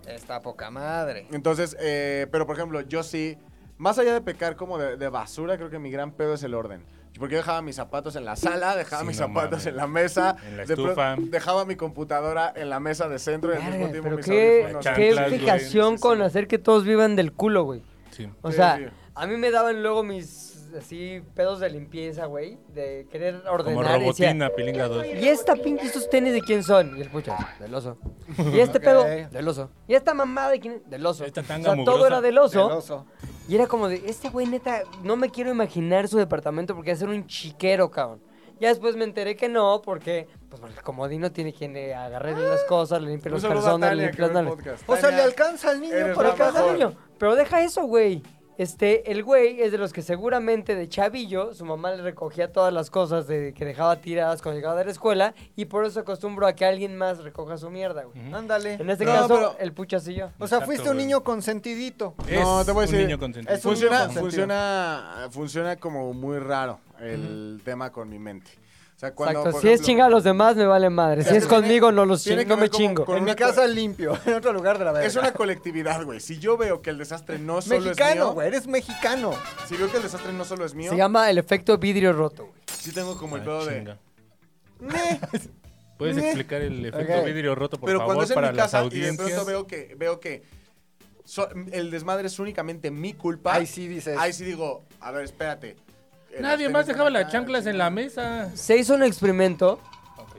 Está poca madre.
Entonces, eh, pero por ejemplo, yo sí, más allá de pecar como de, de basura, creo que mi gran pedo es el orden. Porque yo dejaba mis zapatos en la sala, dejaba
Sí,
mis
no
zapatos
mames.
en la mesa,
En la
de pro-
estufa.
dejaba mi computadora en la mesa de centro y al mismo
Verga,
tiempo
pero
mis
qué,
audífonos.
qué
chanclas, güey.
fijación
Sí, sí.
con hacer que todos vivan del culo, güey.
Sí.
O
Sí,
sea,
sí.
a mí me daban luego mis así pedos de limpieza, güey, de querer ordenar.
Como
y decía,
robotina, pilinga 2.
¿Y esta pinche estos tenis de quién son? Y el pucha, del oso. ¿Y este pedo? Del oso. ¿Y esta mamada de quién es? Del oso.
Esta
o
tanga
sea, todo
mugrosa.
era del oso.
Del oso.
Y era como de, este güey neta, no me quiero imaginar su departamento porque es un chiquero, cabrón. Ya después me enteré que no, porque, pues porque el comodino tiene quien le agarre las cosas, le limpie
Ah.
los
Un saludo a
calzones, le
Tania,
limpie
que
las
ve el
nalgas.
podcast.
O sea,
Tania,
le alcanza al niño
eres
para
la
Pero
cada
cada
mejor.
niño.
niño. Pero deja eso, güey. Este, el güey es de los que seguramente de chavillo su mamá le recogía todas las cosas de- que dejaba tiradas cuando llegaba de la escuela y por eso acostumbró a que alguien más recoja su mierda, güey.
Ujú.
Ándale.
En este
¿Mm? No,
caso,
pero-
el puchas y yo.
O sea,
Exacto,
fuiste un
güey.
niño consentidito.
Es
No, te voy a
un
decir,
niño consentido.
es un niño
Funciona,
consentido.
funciona, funciona como muy raro el tema con mi mente. O sea, cuando,
Exacto.
por
Si es
ejemplo-
chinga a los demás, me vale madre. Si
Es
es
que tiene-
conmigo, no, los
tiene
chingo,
que
no
ver
me
como-
chingo.
con
en
una
mi casa limpio, en otro lugar de la verga.
Es una colectividad, güey. Si yo veo que el desastre no solo es mío,
Mexicano, güey, eres mexicano.
si veo que el desastre no solo es mío,
Se llama el efecto vidrio roto, güey.
sí tengo como el
Ah,
pedo de
chinga. ¿Puedes explicar el efecto
Ok.
vidrio roto, por
Pero cuando
favor,
es en
para
mi
las
casa y de pronto
audiencias?
veo que veo que so- el desmadre es únicamente mi culpa.
Ahí sí dices.
Ahí sí digo, a ver, espérate. Eh,
Nadie
las
más
tenis
dejaba
están
las
acá,
chanclas en
chingada.
la mesa.
Se hizo un experimento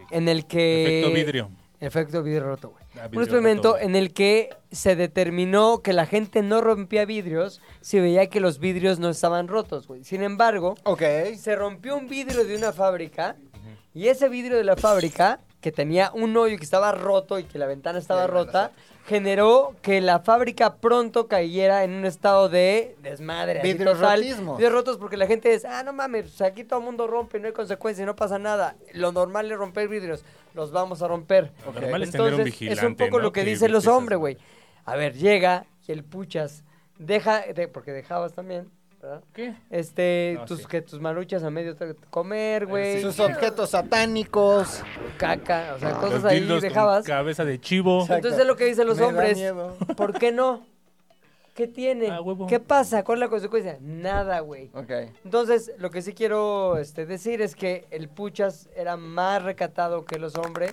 en el que...
Efecto vidrio.
Efecto vidrio roto, güey.
Ah,
un
vidrio
experimento
roto, güey.
en el que se determinó que la gente no rompía vidrios si veía que los vidrios no estaban rotos, güey. Sin embargo,
Ok.
se rompió un vidrio de una fábrica y ese vidrio de la fábrica, que tenía un hoyo que estaba roto y que la ventana estaba rota, generó que la fábrica pronto cayera en un estado de desmadre. así
Vidrios
total.
rotismos.
Vidrios rotos porque la gente es, ah, no mames, pues aquí todo el mundo rompe, no hay consecuencias, no pasa nada. Lo normal es romper vidrios, los vamos a romper.
Lo normal es
Entonces,
tener un
es un
vigilante,
poco
¿no?
lo que
Que
dicen los
vigile esas
hombres, güey. A ver, llega y el puchas deja, de- porque dejabas también, ¿verdad?
¿Qué?
Este,
No,
tus,
sí. Eh,
que tus maruchas a medio tra- comer, güey.
Sus objetos satánicos.
caca, o sea,
Los
cosas ahí
dildos con
dejababas.
cabeza de chivo.
Exacto.
Entonces es lo que dicen los
Me da
hombres.
miedo.
¿Por qué no? ¿Qué tiene?
Ah, huevo.
¿Qué pasa? ¿Cuál es la consecuencia? Nada, güey.
Ok.
Entonces, lo que sí quiero este, decir es que el puchas era más recatado que los hombres.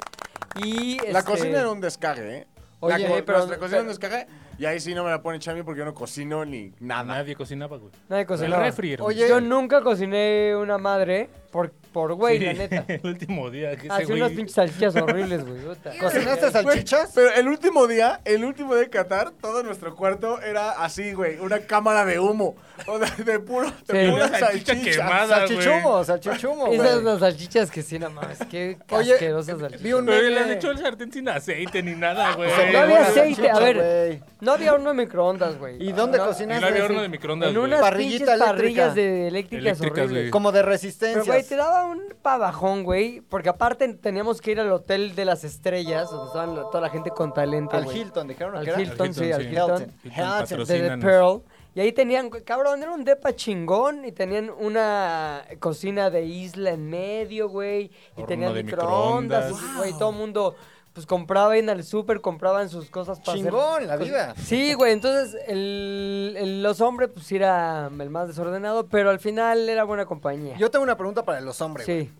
Y
La
este,
cocina era un descague, ¿eh?
Oye,
la, co-
pero-
nuestra cocina era un
pero-
descague. Y ahí sí no me la pone Chami porque yo no cocino ni nada.
Nadie cocinaba, güey.
nadie
El
cocinaba.
refri era un
Oye,
Yo nunca cociné una madre por, por güey,
Sí,
la neta.
El último día que ese
Hacía
güey...
unas pinches salchichas horribles, güey. puta.
¿Cocinaste salchichas?
Pero el último día, el último día de Qatar, todo nuestro cuarto era así, güey, una cámara de humo. O sea, de puro, de
Sí.
pura
Una salchicha
salchicha.
quemada, güey.
Salchichumo, salchichumo,
Esas
güey.
las salchichas que sí, no mames. Qué
Oye,
asquerosas salchichas.
Vi un
Pero le han
meme.
hecho Ah, el sartén sin aceite ni nada, güey.
Se
No
acabó
había
la
aceite, a
salchicha,
ver.
güey.
No había horno de microondas, güey.
¿Y dónde
No,
cocinaste?
Y no había horno
así?
de microondas,
En
güey.
unas
Parrillita
pinches parrillas
eléctrica.
de eléctricas,
Eléctricas,
horribles.
güey.
Como de
Pero, güey, te
resistencia.
daba un pabajón, güey. Porque aparte teníamos que ir al Hotel de las Estrellas, donde estaban la- toda la gente con talento,
Al
güey.
Hilton, dijeron
Al
que era.
Hilton, sí,
Hilton,
al
sí.
Hilton.
Hilton,
De The
patrocínanos.
Pearl. Y ahí tenían, cabrón, era un depa chingón y tenían una cocina de isla en medio, güey. Y
Horno
tenían
de
microondas,
microondas.
y, güey. Todo el mundo, pues compraba, iban al súper, compraban sus cosas para hacer
Chingón, la vida.
Sí, güey, entonces el- el- los hombres pues era el más desordenado, pero al final era buena compañía.
Yo tengo una pregunta para los hombres. güey.
sí,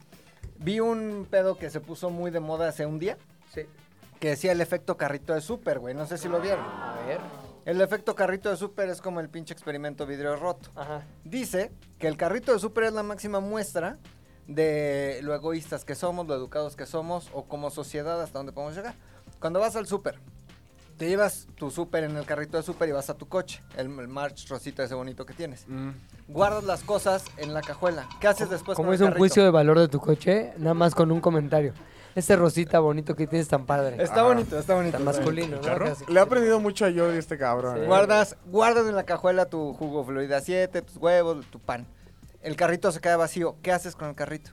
Vi un pedo que se puso muy de moda hace un día
sí.
que decía el efecto carrito de súper, güey. No sé si lo vieron.
A ver.
El efecto carrito de súper es como el pinche experimento vidrio roto.
Ajá.
Dice que el carrito de súper es la máxima muestra de lo egoístas que somos, lo educados que somos o como sociedad hasta dónde podemos llegar. Cuando vas al súper, te llevas tu súper en el carrito de súper y vas a tu coche, el, el March Rosita ese bonito que tienes.
Mm.
Guardas las cosas en la cajuela. ¿Qué haces después
¿Cómo
con
es
el
un
carrito?
juicio de valor de tu coche? Nada más con un comentario. Ese rosita bonito que tienes tan padre.
Está bonito, está bonito.
tan masculino, ¿no? Casi.
Le ha aprendido mucho a Jordi este cabrón.
Sí.
¿eh?
Guardas, guardas en la cajuela tu jugo Florida 7, tus huevos, tu pan. El carrito se queda vacío. ¿Qué haces con el carrito?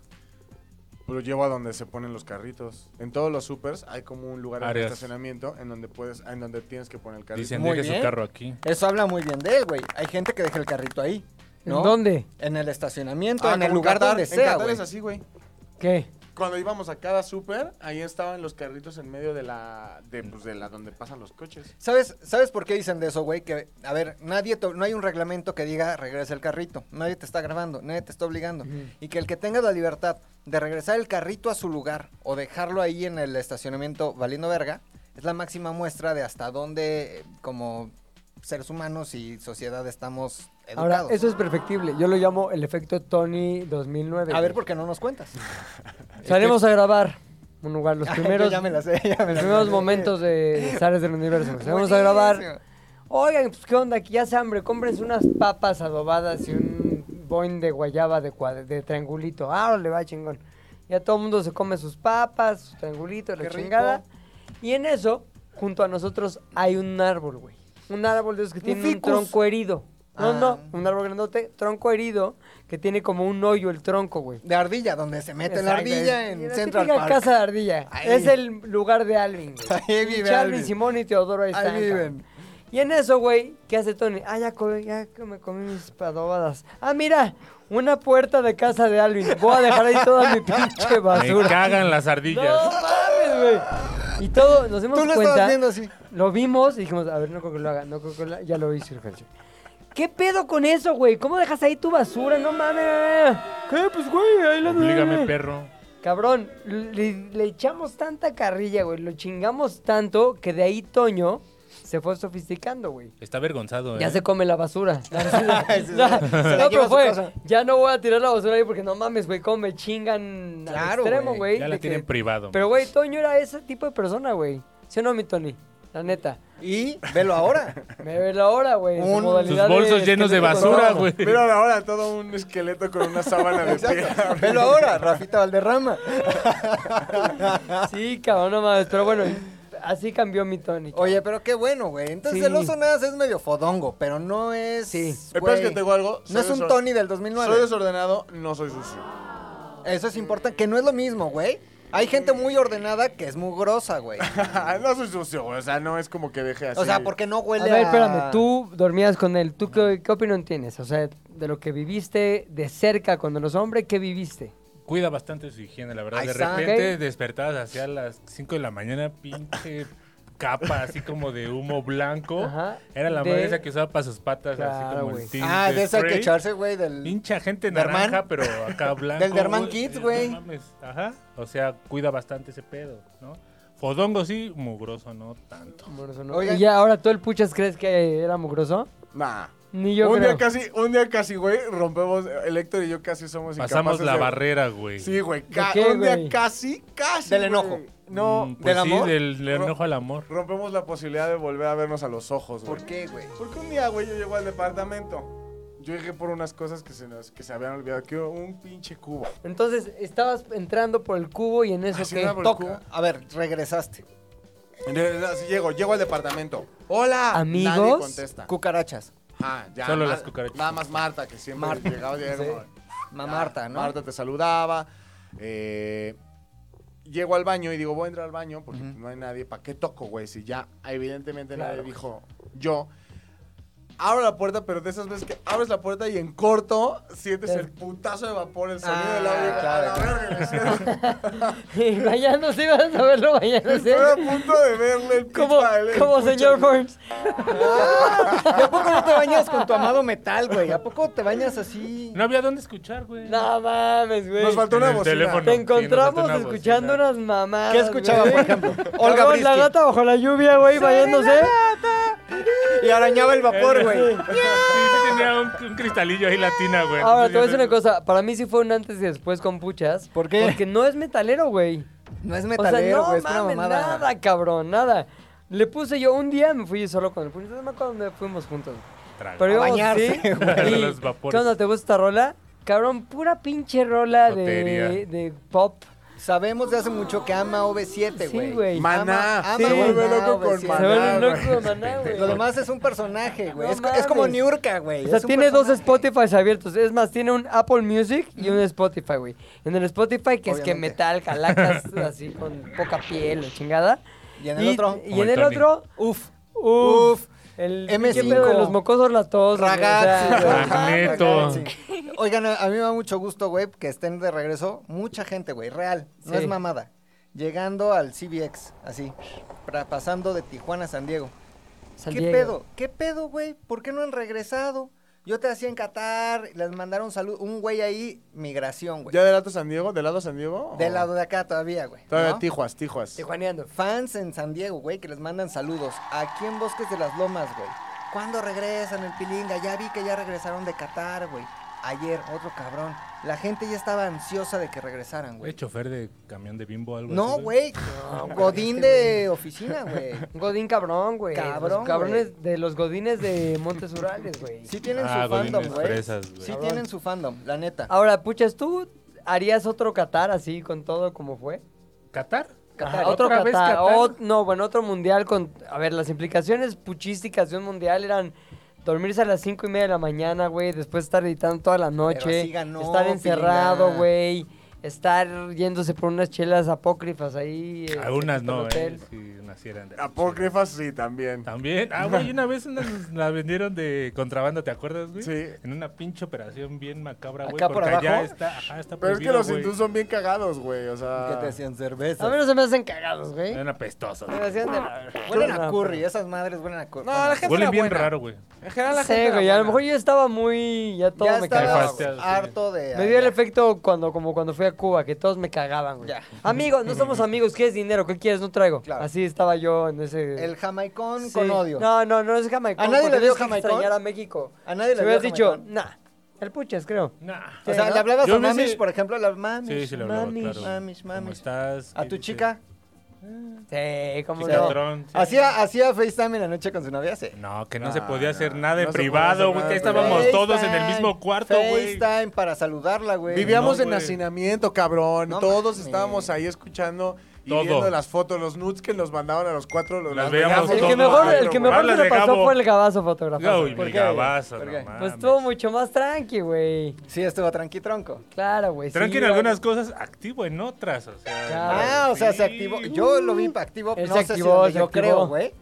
Lo llevo a donde se ponen los carritos. En todos los supers hay como un lugar de
Áreas.
estacionamiento en donde puedes, en donde tienes que poner el carrito.
Dicen,
Muy
deje su
bien.
carro aquí.
Eso habla muy bien de él, güey. Hay gente que deja el carrito ahí. ¿no?
¿En dónde?
En el estacionamiento,
Ah,
en el
como en
lugar
Qatar,
donde
en
sea,
Qatar
güey.
es así, güey.
¿Qué?
Cuando íbamos a cada súper, ahí estaban los carritos en medio de la, de, pues, de la donde pasan los coches.
¿Sabes, ¿Sabes por qué dicen de eso, güey? Que, a ver, nadie to- no hay un reglamento que diga regresa el carrito. Nadie te está grabando, nadie te está obligando. Y que el que tenga la libertad de regresar el carrito a su lugar o dejarlo ahí en el estacionamiento valiendo verga, es la máxima muestra de hasta dónde, eh, como seres humanos y sociedad, estamos educados.
Ahora, eso es perfectible. Yo lo llamo el efecto Tony 2009.
A ver,
güey.
¿por qué no nos cuentas?
Salimos a grabar un lugar, los
Ay, yo
primeros,
ya me la sé, ya me
los
la
primeros
sé.
momentos de Sales del Universo. Salimos a grabar. Oigan, pues qué onda, que ya se hambre, cómprense unas papas adobadas y un boing de guayaba de, cuad- de triangulito. Ah, le va chingón. Ya todo el mundo se come sus papas, sus triangulitos, la
Qué rico.
chingada. Y en eso, junto a nosotros hay un árbol, güey. Un árbol de esos que
Un
tiene un
ficus.
tronco herido. No,
Ah.
no, un árbol grandote, tronco herido, que tiene como un hoyo el tronco, güey.
De ardilla, donde se mete la
Exacto,
ardilla
es-
en
la
Central
típica
Park.
casa de ardilla.
Ahí.
Es el lugar de Alvin, güey.
Ahí vive
Charlie,
Alvin.
Simón y Teodoro ahí
Ahí
están.
viven.
cabrón. Y en eso, güey, ¿qué hace Tony? Ah, ya, co- ya que me comí mis padobadas. Ah, mira, una puerta de casa de Alvin. Voy a dejar ahí toda mi pinche
Me
basura.
cagan las
No
ardillas.
mames, güey. Y todo, nos dimos
Tú lo
cuenta.
estabas viendo así.
Lo vimos y dijimos, a ver, no creo que lo haga, no creo que lo haga. Ya lo hizo el Fercho. ¿Qué pedo con eso, güey? ¿Cómo dejas ahí tu basura? No mames. ¿Qué? Pues, güey, ahí la
Oblígame, perro.
Cabrón, le, le echamos tanta carrilla, güey. Lo chingamos tanto que de ahí Toño se fue sofisticando, güey.
Está avergonzado, ¿eh?
Ya se come la basura.
sí.
no,
la
no,
lleva a
pero
su
fue.
casa.
Ya no voy a tirar la basura ahí porque no mames, güey. Cómo me chingan
Claro,
al extremo,
güey.
güey.
Ya la
de que-
tienen privado.
Pero, güey, Toño era ese tipo de persona, güey. ¿Sí o no, mi Tony? La neta.
Y velo ahora.
Me ve la hora, güey. su
Un-
Sus
modalidad de
bolsos llenos de
esqueleto
basura,
colorado.
güey.
Mira ahora todo un esqueleto con una sábana de piel.
Exacto. Velo ahora, Rafita Valderrama.
Sí, cabrón, no mames. Pero bueno, así cambió mi Tony. cabrón.
Oye, pero qué bueno, güey. Entonces
Sí.
el oso nada más es medio fodongo, pero no es.
Sí.
El peor
güey,
es que te digo algo.
No
soy
es un
desor-
Tony del
Soy
2009.
desordenado, no soy sucio.
Eso es importante, que no es lo mismo, güey. Hay gente muy ordenada que es muy grosa, güey.
no soy sucio, güey. O sea, no es como que deje así.
O sea, porque no
A
huele
ver, espérame, tú dormías con él, ¿tú qué, qué opinión tienes? O sea, de lo que viviste de cerca con los hombres, ¿qué viviste?
Cuida bastante su higiene, la verdad.
Ahí
De
está.
repente
Ok.
despertabas hacia las 5 de la mañana, pinche capa así como de humo blanco.
Ajá.
Era la
De-
madre esa que usaba para sus patas,
Claro,
así como
güey.
el tinte
Ah, de esa que
spray.
echarse, güey, del.
Pinche gente
¿De Herman?
naranja, pero acá blanco.
Del de Herman
güey.
Kids,
Eh,
güey.
no mames, Ajá. O sea, cuida bastante ese pedo, ¿no? Fodongo sí, mugroso no tanto.
Mugroso, ¿no?
Oigan.
¿Y ya ahora tú el puchas crees que era mugroso?
Nah.
Ni yo
un,
creo.
día casi, un día casi, güey, rompemos. El Héctor y yo casi somos
Pasamos
incapaces
la
de-
barrera, güey.
Sí, güey. ca-
qué,
un día
güey?
casi, casi.
Del
güey.
enojo.
No,
Mm, pues
del
sí,
amor.
del
Ro-
enojo al amor.
Rompemos la posibilidad de volver a vernos a los ojos, güey.
¿Por qué, güey?
Porque un día, güey, yo llego al departamento. Yo llegué por unas cosas que se, nos, que se habían olvidado. Que era un pinche cubo.
Entonces, estabas entrando por el cubo y en eso
Así
qué?
era, güey.
Toca. A ver, regresaste.
Entonces, así llego, llego al departamento. ¡Hola!
¿Amigos?
Nadie contesta.
Cucarachas.
Ah, ya.
Solo
na-
las cucarachas.
Nada más Marta, que siempre
Marta.
llegaba y era como,
Ma
ya,
Marta, ¿no?
Ah, Marta te saludaba. eh, llego al baño y digo, voy a entrar al baño porque pues, no hay nadie. ¿Para qué toco, güey? Si ya evidentemente nadie dijo yo. Abro la puerta, pero de esas veces que abres la puerta y en corto sientes
El-
el putazo de vapor, el sonido
Ah,
del audio.
claro,
a la verga, me siento-
Y bañándose, ibas a verlo bañándose.
Estoy a punto de verle el
Como,
pipa, el- el
como
pucho,
señor
güey.
Burns.
¿Y a poco no te bañas con tu amado metal, güey? ¿A poco te bañas así?
No había dónde escuchar, güey.
No mames, güey.
Nos faltó
En
una
el
bocina.
teléfono.
Te
Sí, nos faltó
encontramos
una
escuchando
bocina.
unas mamadas.
¿Qué escuchaba,
güey?
por ejemplo? Olga
Cabrón, La
Briskin.
gata bajo la lluvia, güey, bañándose.
Y arañaba el vapor, güey.
Sí, sí tenía un, un cristalillo ahí latina, güey.
Ahora, Ah, te voy a decir una cosa. Para mí sí fue un antes y después con puchas.
¿Por qué?
Porque no es metalero, güey.
No es
O sea,
metalero,
no
güey. es una
mames,
mamada.
nada, cabrón, nada. Le puse yo, un día me fui yo solo con el puñetazo, no me acuerdo dónde fuimos juntos.
Traga.
Pero íbamos,
bañarse,
sí,
güey.
y,
Los vapores.
¿Qué onda, te gusta esta rola? Cabrón, pura pinche rola
Jotería.
de, de pop.
Sabemos de hace mucho que ama OV7,
Sí,
güey.
güey.
Maná.
Ama, ama
Sí.
Maná,
Se vuelve
loco con
OV7.
Se vuelve
Maná,
loco de
güey.
maná, güey.
Lo demás es un personaje, güey.
No
es, es como
mames.
Niurka, güey.
O sea,
es un
tiene dos
personaje.
Spotify abiertos. Es más, tiene un Apple Music y un Spotify, güey. En el Spotify, que es que
Obviamente.
metal, calacas, así con poca piel, la chingada.
Y en el otro,
Y
Como
en
el
el
Tony.
otro, uff, uff.
Uf.
El
M5.
pinche pedo de los mocosos latosos. güey, o sea,
Ragazzi.
Ragazzi. Magneto.
Ragazzi. Oigan, a a mí me da mucho gusto, güey, que estén de regreso. Mucha gente, güey, real. No
Sí.
es mamada. Llegando al CBX, así. pra- pasando de Tijuana a San Diego.
San
¿Qué
Diego.
pedo? ¿Qué pedo, güey? ¿Por qué no han regresado? Yo te hacía en Qatar, les mandaron salud. Un güey ahí, migración, güey.
¿Ya del lado San Diego? ¿Del lado San Diego?
Del
¿O?
lado de acá todavía, güey.
Todavía
¿no?
Tijuas, Tijuas.
Tijuaneando.
Fans en San Diego, güey, que les mandan saludos. Aquí en Bosques de las Lomas, güey. ¿Cuándo regresan el Pilinga? Ya vi que ya regresaron de Qatar, güey. Ayer, otro cabrón. La gente ya estaba ansiosa de que regresaran,
Güey,
güey.
chofer de camión de bimbo o algo
No,
así,
güey. Godín de oficina, güey.
Un Godín cabrón, güey.
Cabrón,
Los cabrones de los godines de Montes Urales, güey.
Sí tienen
Ah,
su fandom,
godines
güey.
fresas, güey.
Sí tienen su fandom, la neta.
Ahora, puchas, ¿tú harías otro Qatar así con todo como fue?
¿Qatar?
Ajá,
Qatar,
otro
¿otra
Qatar,
vez Qatar?
ot- no, bueno, otro mundial con... A ver, las implicaciones puchísticas de un mundial eran dormirse a las cinco y media de la mañana, güey, después estar editando toda la noche,
así ganó,
estar encerrado,
Pilinga.
güey, estar yéndose por unas chelas apócrifas ahí. eh,
Algunas
en el
no,
hotel.
¿eh? Si nacieran de
Apócrifas sí, también.
También. Ah, güey, una vez una nos la vendieron de contrabando, ¿te acuerdas, güey?
Sí.
En una pinche operación bien macabra, güey.
¿Acá por
porque allá
abajo?
está, ajá, está
Pero es que
prohibido,
los
güey.
hindús son bien cagados, güey. O sea.
¿Qué te hacían cerveza?
A mí no se me hacen cagados, güey.
Eran apestosos.
Me hacían de la-
Ah, Huelen
No,
a curry, esas madres huelen a curry.
No, la gente
Huelen
era
bien
buena.
raro, güey.
En general la
Sí,
gente era
güey, a lo
buena.
mejor yo estaba muy... Ya todo
ya
me
estaba
cagaba, güey.
estabas- güey.
harto de...
Me dio el efecto cuando, como cuando fui a Cuba, que todos me cagaban, güey.
Ya.
Amigos, no somos amigos, ¿quieres dinero? ¿Qué quieres? No traigo.
Claro.
Así estaba yo en ese...
El jamaicón
Sí.
con odio.
No, no, no es jamaicón.
¿A nadie
porque
le dio
tienes que
jamaicón?
extrañar a México.
A nadie
Si
le
hubieras
dio
dicho,
jamaicón.
nah, el puchas, creo.
Nah.
O sea,
Sí,
¿le hablabas
Yo
a
me hice-
mamis, por ejemplo? La mamis,
Sí, sí, le hablaba,
mamis,
claro.
mamis,
¿Cómo
mamis.
estás?
¿A
¿Qué
tu
dices?
chica?
Sí, como
Sí,
no.
claro.
Chicatrón. sí.
¿Hacía, ¿Hacía FaceTime en la noche con su novia? Sí.
No, que no se
Ah,
podía hacer
no.
nada en
No se podía hacer
privado, güey.
nada
Que
en
estábamos
privado.
todos en el
FaceTime,
mismo cuarto, güey.
FaceTime para saludarla, güey.
Vivíamos
Pues, No,
en
güey.
hacinamiento, cabrón.
No
Todos
mames.
estábamos ahí escuchando y
Todo.
viendo las fotos, los nudes que nos mandaban a los cuatro. Los,
Las veíamos
El
todos,
que mejor, el
güey.
que mejor
Hablas
se lo
de
pasó
Gabo.
fue el gabazo fotografiado.
Uy,
¿Por
mi
qué?
gabazo,
¿Por
no
qué?
mames.
Pues estuvo mucho más tranqui, güey.
Sí, estuvo tranqui tronco.
Claro, güey.
Tranqui
sí,
en
güey.
algunas cosas, activo en otras. O sea,
Claro.
Ah, o sea,
sí.
se activó. Yo lo vi activo,
Él
no
se
sé si
activó,
donde
se
yo
activó.
creo, güey.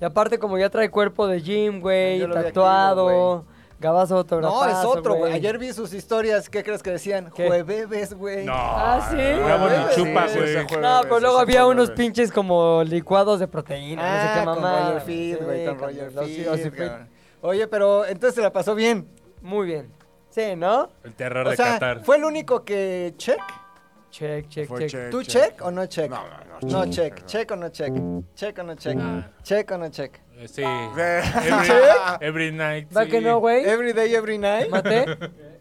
Y aparte, como ya trae cuerpo de gym, güey,
Yo lo vi activo,
tatuado, gabazo
No,
fotografiado.
es otro, güey. Ayer vi sus historias, ¿qué crees que decían?
¿Qué?
Jueves, güey.
No.
Ah, ¿sí?
Gabo ni
Ah, sí,
chupa,
sí,
güey.
No, pero luego había unos pinches como licuados de proteína, no sé
Ah,
qué
con
mamá.
Roger Feed, güey,
Sí,
con
con
Roger
los
Feed,
Ozzy Feed.
cabrón. Oye, pero entonces se la pasó bien.
Muy bien. Sí, ¿no?
El terror
O
de
sea,
Qatar.
¿fue el único que check?
Check, check, check.
¿Tú check o no check?
No, no, no.
No check, check o no check. Check o no check. Check o no check.
Eh, Sí.
Sí.
Every, every night.
¿Va
sí.
que no, güey?
Every day, every night.
¿Mate?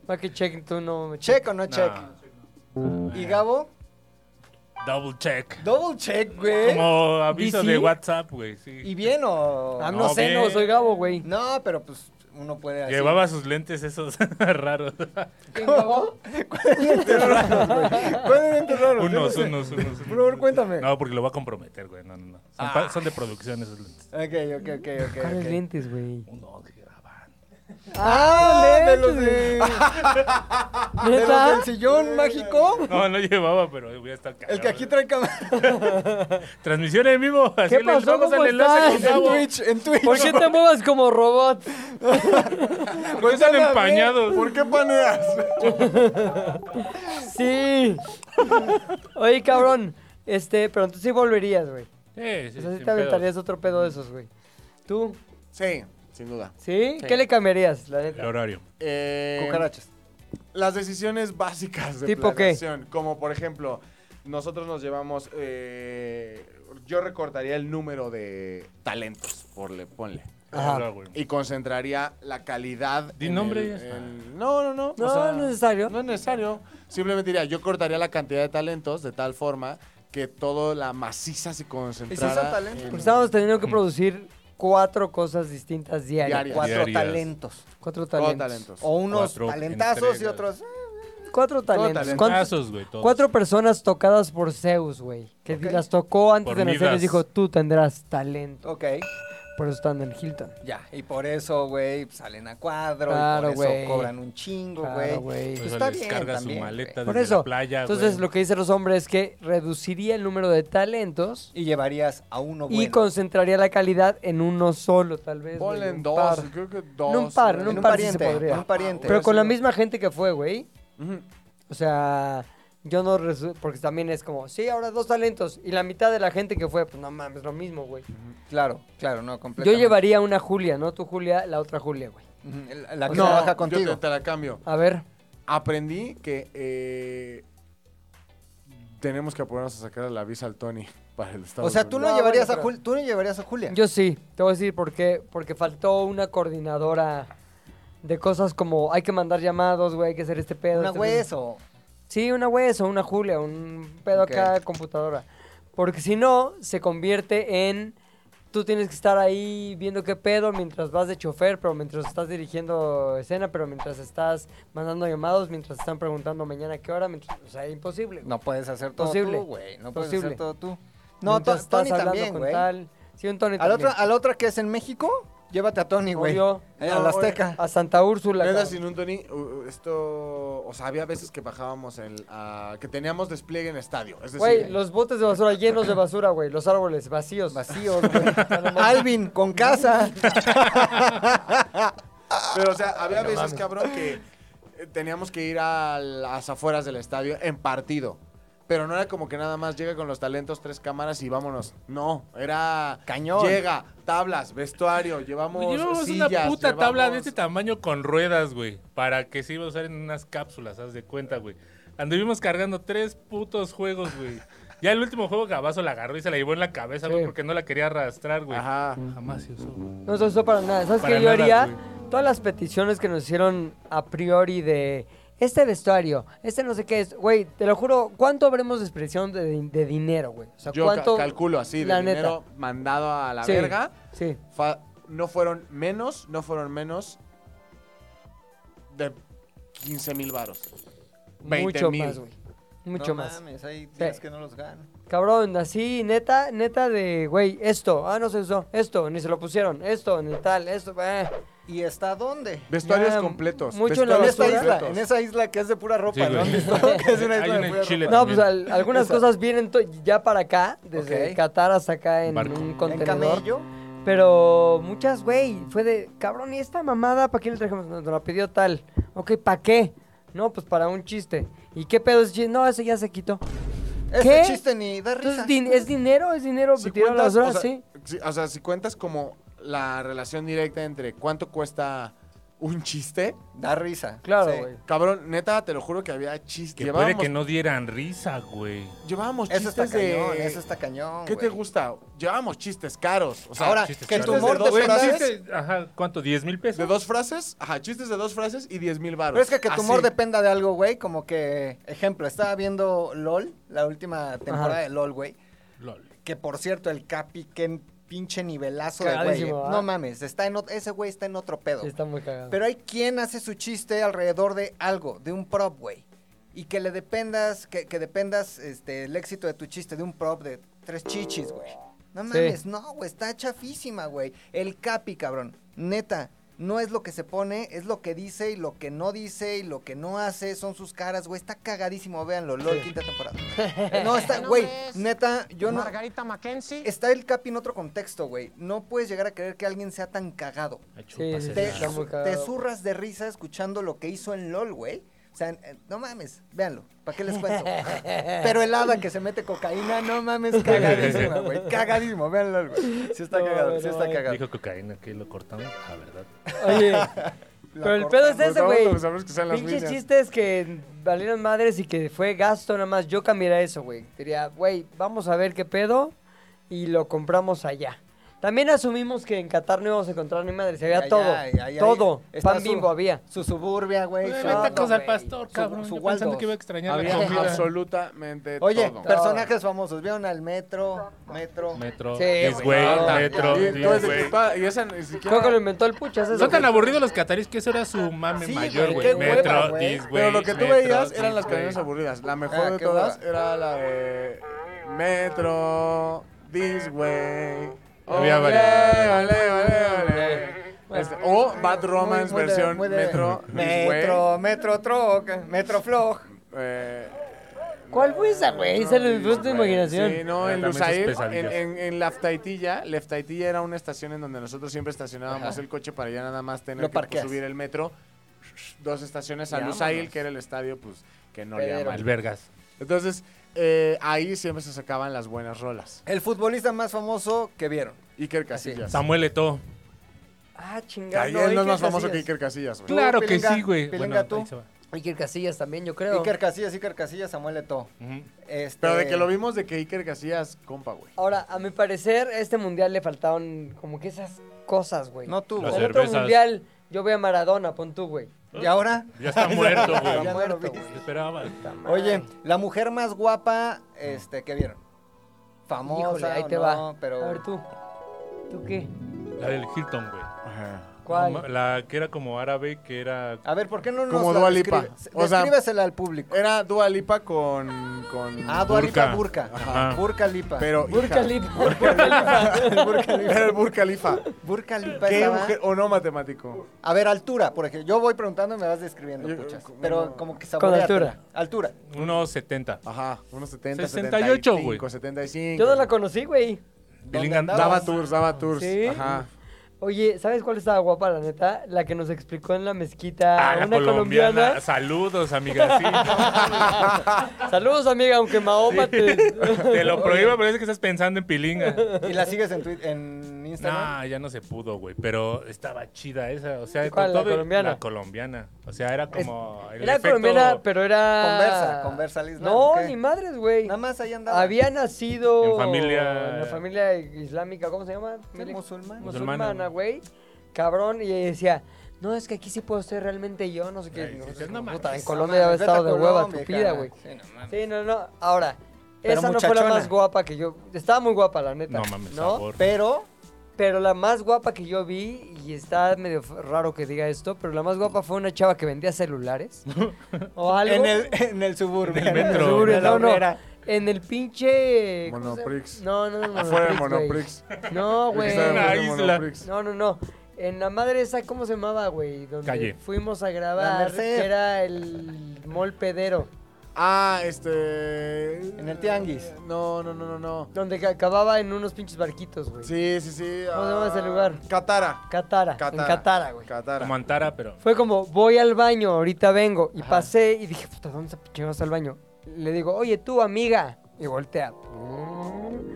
¿Va que check tú no? me
Check o no check. ¿Y Gabo?
Double check.
Double check, güey.
Como aviso
¿DC?
de WhatsApp, güey. Sí.
¿Y bien o.?
Ah, no,
No,
sé, no,
bien.
soy Gabo, güey.
No, pero pues uno puede así.
Llevaba sus lentes esos raros.
¿Cómo? ¿Cuáles dientes raros, güey? ¿Cuáles dientes raros? Yo no
unos,
sé.
unos, unos,
Por favor,
unos.
cuéntame.
No, porque lo va a comprometer, güey. No, no, no. Son, pa- son de producción esos lentes.
Ok, ok, ok, ok.
¿Cuáles
ok.
lentes, güey?
Uno que graban.
¡Ah!
Ah,
¡De los, de,
lentes,
de los
¿Neta?
del sillón mágico!
No, no llevaba, pero voy a estar cagado.
El que aquí trae cámara.
Transmisión en vivo. así le
pasó?
entramos
¿Cómo
al enlace
estás?
con Gabo.
Twitch, en Twitch.
¿Por qué te muevas como robot?
¿Por qué están empañados?
¿Por qué paneas?
Sí. Oye, cabrón. Este, pero tú sí volverías, güey.
Sí, sí,
O sea, sí
sin
Pues te aventarías
pedos.
otro pedo de esos, güey. ¿Tú?
Sí, sin duda.
¿Sí?
Sí.
¿Qué le cambiarías, la
El
neta?
horario.
Eh,
Cucarachas.
Las decisiones básicas de
¿Tipo qué?
planeación, como por ejemplo, nosotros nos llevamos, eh, yo recortaría el número de talentos, por le, ponle,
Ajá.
Ahora, güey.
y concentraría la calidad.
Di
en
nombre
el-
y ya está.
en- no, no, no.
No,
o sea,
no es necesario.
No es necesario. Simplemente diría, yo cortaría la cantidad de talentos de tal forma que toda la maciza se concentrara.
son talentos?
en-
Porque estábamos teniendo que producir cuatro cosas distintas diarias.
Diarias.
Cuatro
Diarias.
talentos.
Cuatro
todo
talentos.
talentos.
O unos
Cuatro
talentazos y
entregas.
otros.
Cuatro talentos.
talentos.
¿Cuántos-
Casos, güey, todos.
Cuatro personas tocadas por Zeus, güey. Que
Ok.
las tocó antes
Por
de nacer. Les
Midas.
dijo, tú tendrás talento.
eh, Ok,
Por eso están en Hilton.
ya. Y por eso, güey, salen a cuadro.
Claro,
y por
güey.
eso cobran un chingo, güey.
Claro, güey.
Por eso
Está
les
bien
carga
también,
su maleta
Por
desde
eso.
la playa,
Entonces,
güey.
lo que dicen los hombres es que reduciría el número de talentos
Y llevarías a uno bueno.
y concentraría la calidad en uno solo, tal vez. güey,
Ponle en
un
dos,
par.
creo que dos.
En un par,
en un,
par sí se
pariente.
podría. Ah,
en un pariente.
Pero con la
sí.
misma gente que fue, güey.
Ujú.
O sea, yo no resu- porque también es como, sí, ahora dos talentos y la mitad de la gente que fue, pues no mames, lo mismo, güey.
Claro, claro, no,
Yo
completamente.
llevaría una Julia, ¿no? Tu Julia, la otra Julia, güey.
Ujú, La, la que
No,
trabaja
Yo
contigo.
te- te la cambio.
A ver,
aprendí que eh, tenemos que ponernos a sacar la visa al Tony para el Estados
O sea, tú no,
No,
llevarías
bueno,
a
pero-
Jul- tú no llevarías a Julia.
yo sí, te voy a decir por qué, porque faltó una coordinadora de cosas como hay que mandar llamados, güey, hay que hacer este pedo.
una
este
güez
pedo.
o
Sí, una güey o una Julia, un pedo
Ok.
acá computadora. Porque si no, se convierte en... Tú tienes que estar ahí viendo qué pedo mientras vas de chofer, pero mientras estás dirigiendo escena, pero mientras estás mandando llamados, mientras están preguntando mañana qué hora, mientras, o sea, imposible. güey.
no puedes hacer todo
Posible.
tú, güey. No puedes
Posible.
hacer todo tú. No,
Mientras
to- Tony
hablando
también,
con
güey.
tal- Sí, un Tony
¿A la,
también.
otra, ¿A la otra que es en México? Llévate a Tony, güey.
Murió.
Eh,
No,
a la Azteca.
A Santa Úrsula.
Neta,
cabrón.
sin un Tony, uh, esto. O sea, había veces que bajábamos el. a- que teníamos despliegue en estadio. Es decir,
Güey, los botes de basura llenos de basura, güey. Los árboles vacíos.
Vacíos, güey. Alvin, con casa.
Pero, o sea, había veces, cabrón, que eh, teníamos que ir a las afueras del estadio en partido. Pero no era como que nada más llega con los talentos, tres cámaras y vámonos. No, era.
Cañón.
Llega, tablas, vestuario, llevamos.
Llevamos Pues
sillas,
una puta
llevamos-
tabla de este tamaño con ruedas, güey. Para que se iba a usar en unas cápsulas, haz de cuenta, güey. Anduvimos cargando tres putos juegos, güey. Ya el último juego Gabazo la agarró y se la llevó en la cabeza, güey,
Sí.
porque no la quería arrastrar, güey.
Ajá.
Jamás se usó, güey.
No se usó para nada. ¿Sabes
Para
qué yo
nada,
haría?
güey.
Todas las peticiones que nos hicieron a priori de este vestuario, este no sé qué es. Güey, te lo juro, ¿cuánto habremos desperdiciado de, de dinero, güey? O sea,
Yo ca-
¿cuánto?
calculo así, de
La neta.
dinero mandado a la
Sí,
verga.
Sí.
fa- no fueron menos, no fueron menos de 15 mil varos. 20
Mucho
mil.
más, güey. Mucho más.
Mames, ahí
tienes
que no los ganan.
Cabrón, así, neta, neta de, güey, esto, ah, no se usó, esto, ni se lo pusieron, esto, ni tal, esto, eh.
¿Y está dónde?
Vestuarios
Ya,
completos.
mucho en la
En
vestuarios
basura.
esta isla,
completos.
en esa isla que es de pura ropa,
Sí,
¿no?
güey.
Que es una
Hay
isla
una
de
en
pura
Chile
ropa.
No,
también.
pues al- algunas cosas vienen to- ya para acá, desde
Ok.
Qatar hasta acá en
Barco.
un
En
contenedor.
camello.
Pero muchas, güey, fue de, cabrón, ¿y esta mamada para quién le trajimos? Nos la pidió tal. Ok, ¿para qué? No, pues para un chiste. ¿Y qué pedo es chiste? No, ese ya se quitó.
Ese
¿Qué?
chiste ni da risa.
Entonces, din- ¿es dinero? ¿Es dinero?
Si
tirado a la
cuentas,
basura?
o sea,
sí.
si- o sea, si cuentas como la relación directa entre cuánto cuesta un chiste,
Da risa.
Claro,
sí.
güey.
cabrón, neta, te lo juro que había chistes.
Que puede que no dieran risa, güey.
llevábamos
Eso
chistes
está cañón,
de...
eso está cañón.
¿Qué te
güey.
gusta? Llevábamos chistes caros. O sea,
Ahora,
Ah, chistes
que tu
caros.
humor
Chistes de
te
dos
prenda-
frases.
Chiste, Ajá, ¿cuánto? ¿10 mil pesos?
de dos frases, ajá, chistes de dos frases y 10 mil varos.
Pero es que que
Ah,
tu
Así.
humor dependa de algo, güey. Como que, ejemplo, estaba viendo LOL, la última temporada
Ajá.
de LOL, güey.
Lol.
Que por cierto, el Capi, qué pinche nivelazo de
Cagadísimo,
güey. eh.
¿ah?
No mames, está en ot- ese güey está en otro pedo.
Sí, está muy cagado.
Pero hay quien hace su chiste alrededor de algo, de un prop, güey. Y que le dependas, que, que dependas este, el éxito de tu chiste de un prop de tres chichis, güey. No
Sí.
mames, no, güey, está chafísima, güey. El capi, cabrón. Neta, no es lo que se pone, es lo que dice y lo que no dice y lo que no hace, son sus caras, güey. Está cagadísimo, véanlo, LOL, quinta temporada. No, está, güey, neta, yo no...
Margarita Mackenzie.
Está el capi en otro contexto, güey. No puedes llegar a creer que alguien sea tan cagado.
A
Sí, sí,
chuparse
Te,
la-
Está muy
te
cagado.
zurras de risa escuchando lo que hizo en LOL, güey. O sea, eh, no mames, véanlo, ¿para qué les cuento? Pero el hada que se mete cocaína, no mames, cagadísima, güey. Cagadísimo, véanlo, güey. Sí está
No,
cagado,
no,
sí está
no.
cagado.
Dijo cocaína que lo cortamos, la verdad.
Oye,
La
pero el pedo
cortamos,
es ese,
Vamos a
güey.
saber que sean las
Pinches
líneas.
chistes que valieron madres y que fue gasto nada más. Yo cambiaría eso, güey. Diría, güey, vamos a ver qué pedo y lo compramos allá. También asumimos que en Qatar no íbamos a encontrar ni madres. Había
Allá,
todo.
allá, allá.
todo.
Está
Pan
su-
bimbo había.
Su suburbia, güey.
Güey,
su-
no,
Ven tacos al
güey.
pastor,
Su-
cabrón.
su
yo pensando
Waldo.
que iba a extrañar la
Había
comida.
absolutamente
Oye,
todo.
personajes famosos, ¿vieron al metro? Metro.
Metro,
Sí,
This
güey,
Way,
no,
Ah, Metro,
Y,
This
todo ese
Way.
tipo- y esa ni siquiera-
Creo que lo inventó el Puchas. ese,
Son tan
güey.
aburridos los cataríes que eso era su mame
Sí,
mayor,
güey, qué
güey.
hueva,
Metro,
güey.
This Way.
Pero lo que tú
Metro,
veías
This
eran las
Way.
cadenas aburridas. La mejor
Ah,
de
qué
todas
hueva.
era la de Metro, This Way. Ole,
Había varias.
ole, ole, ole. Este, o Bad Romance
Muy- muy de-
versión
muy de-
Metro, This Way.
Metro, metro troc, metro floj.
Eh,
¿Cuál fue esa,
Ah,
güey? Esa le
This
dio tu
Way.
imaginación.
Sí, no,
Ah,
en
también sus
Lusail, en,
pesadillas.
en, en Laftaitilla. Laftaitilla era una estación en donde nosotros siempre estacionábamos el coche para ya nada más tener
Lo
que pues,
parqueas.
subir el metro. Dos estaciones a
Ya,
Lusail,
vámonos.
que era el estadio, pues, que no le
Pedero.
llaman.
Albergas.
Entonces, eh, ahí siempre se sacaban las buenas rolas.
El futbolista más famoso que vieron.
Iker Casillas.
Samuel Eto'o.
Ah, chingado.
Ahí él no es
Iker
más famoso que
Casillas.
Iker Casillas, güey.
Claro que
Pilinga?
sí, güey.
Pilinga,
Bueno,
tú.
ahí se va.
Iker Casillas también, yo creo.
Iker Casillas, Iker Casillas, Samuel Eto'o.
Ujú.
Este,
Pero de que lo vimos de que Iker Casillas, compa, güey.
Ahora, a mi parecer, a este mundial le faltaron como que esas cosas, güey.
No tuvo.
Las
El otro
cervezas.
mundial, yo voy a Maradona, pon tú, güey.
¿Y ahora?
Ya está muerto,
Ya
güey.
muerto,
muerto,
güey.
Te Esperaba.
Oye, la mujer más guapa, este, ¿qué vieron? Famosa,
Híjole, ahí
o
te
no,
va.
pero
A ver tú. ¿Tú qué?
La del Hilton, güey.
Ajá.
¿Cuál?
No ma- La que era como árabe, que era...
A ver, ¿por qué no nos
Como
la
Dua Lipa.
describes?
O sea- eh,
Descríbesela al público.
Era Dua Lipa con. con
Ah, Dua Lipa
Burka.
Burka.
Ajá.
Burka Lipa.
pero.
Burka
hija,
Lipa. Burka Lipa.
Burka Lipa.
Era el Burka Lipa.
Burka Lipa
¿Qué
estaba-
mujer? ¿O no matemático?
A ver, altura, por ejemplo. Yo voy preguntando y me vas describiendo,
Yo-
puchas.
como-
Pero como que
Con altura.
saboreártela. Altura.
Unos 70.
Ajá, unos 70,
68,
78,
güey.
75.
Yo no la conocí, güey.
Bilingan-
Daba tours, daba tours.
¿Sí?
Ajá.
Oye, ¿sabes cuál estaba guapa, la neta? La que nos explicó en la mezquita
Ah, la
una colombiana.
colombiana. Saludos, amiga. Sí.
Saludos, amiga, aunque Mahoma te...
Te lo prohíbo, pero es que estás pensando en pilinga.
¿Y la sigues en, Twi- en Instagram?
No, ya no se pudo, güey. Pero estaba chida esa. O sea,
¿Cuál,
con
la
todo-
colombiana?
La colombiana. O sea, era como. el
Era
efecto-
colombiana, pero era...
Conversa, conversa al Islam,
No,
¿o qué?
ni madres, güey.
Nada más ahí andaba.
Había nacido...
En familia- eh.
En la familia islámica, ¿cómo se llama?
Sí,
Familia-
musulmán.
Musulmana, güey. Cabrón, y ella decía... No, es que aquí sí puedo ser realmente yo, no sé qué.
Ay, sí, sí,
Puta,
no
en
mames.
Colombia había
Vete a
estado de hueva
Colombia,
tupida,
cara.
güey.
Sí, no mames.
Sí, no, no. Ahora,
Pero
esa no fue la
muchachona.
más guapa que yo. Estaba muy guapa, la neta.
No mames,
¿no?
favor.
Pero,
Pero la más guapa que yo vi, y está medio f- raro que diga esto, pero la más guapa fue una chava que vendía celulares. o algo.
en el, en el suburbio.
En
En
el
el
metro.
suburbio,
En la
no, no.
obrera.
En el pinche. ¿cómo se llama?
Monoprix.
No, no, no.
Afuera del
Monoprix, güey.
Monoprix.
No,
El que
güey.
estaba
Una
enfrente del
isla.
Monoprix.
No, no, no. En la madre esa, ¿cómo se llamaba, güey? Donde
Calle.
fuimos a grabar.
Merced.
Que era el mall pedero.
Ah, este.
En el tianguis.
No, no, no, no, no.
Donde ca- acababa en unos pinches barquitos, güey.
Sí, sí, sí.
¿Cómo se llama
ah,
ese lugar?
Catara.
Catara, en
Catara.
Catara, güey.
Catara.
Como Antara, pero.
Fue como, voy al baño, ahorita vengo. Y pasé y dije, puta, ¿dónde se pinche vas al baño? Le digo, oye, tú, amiga. Y voltea.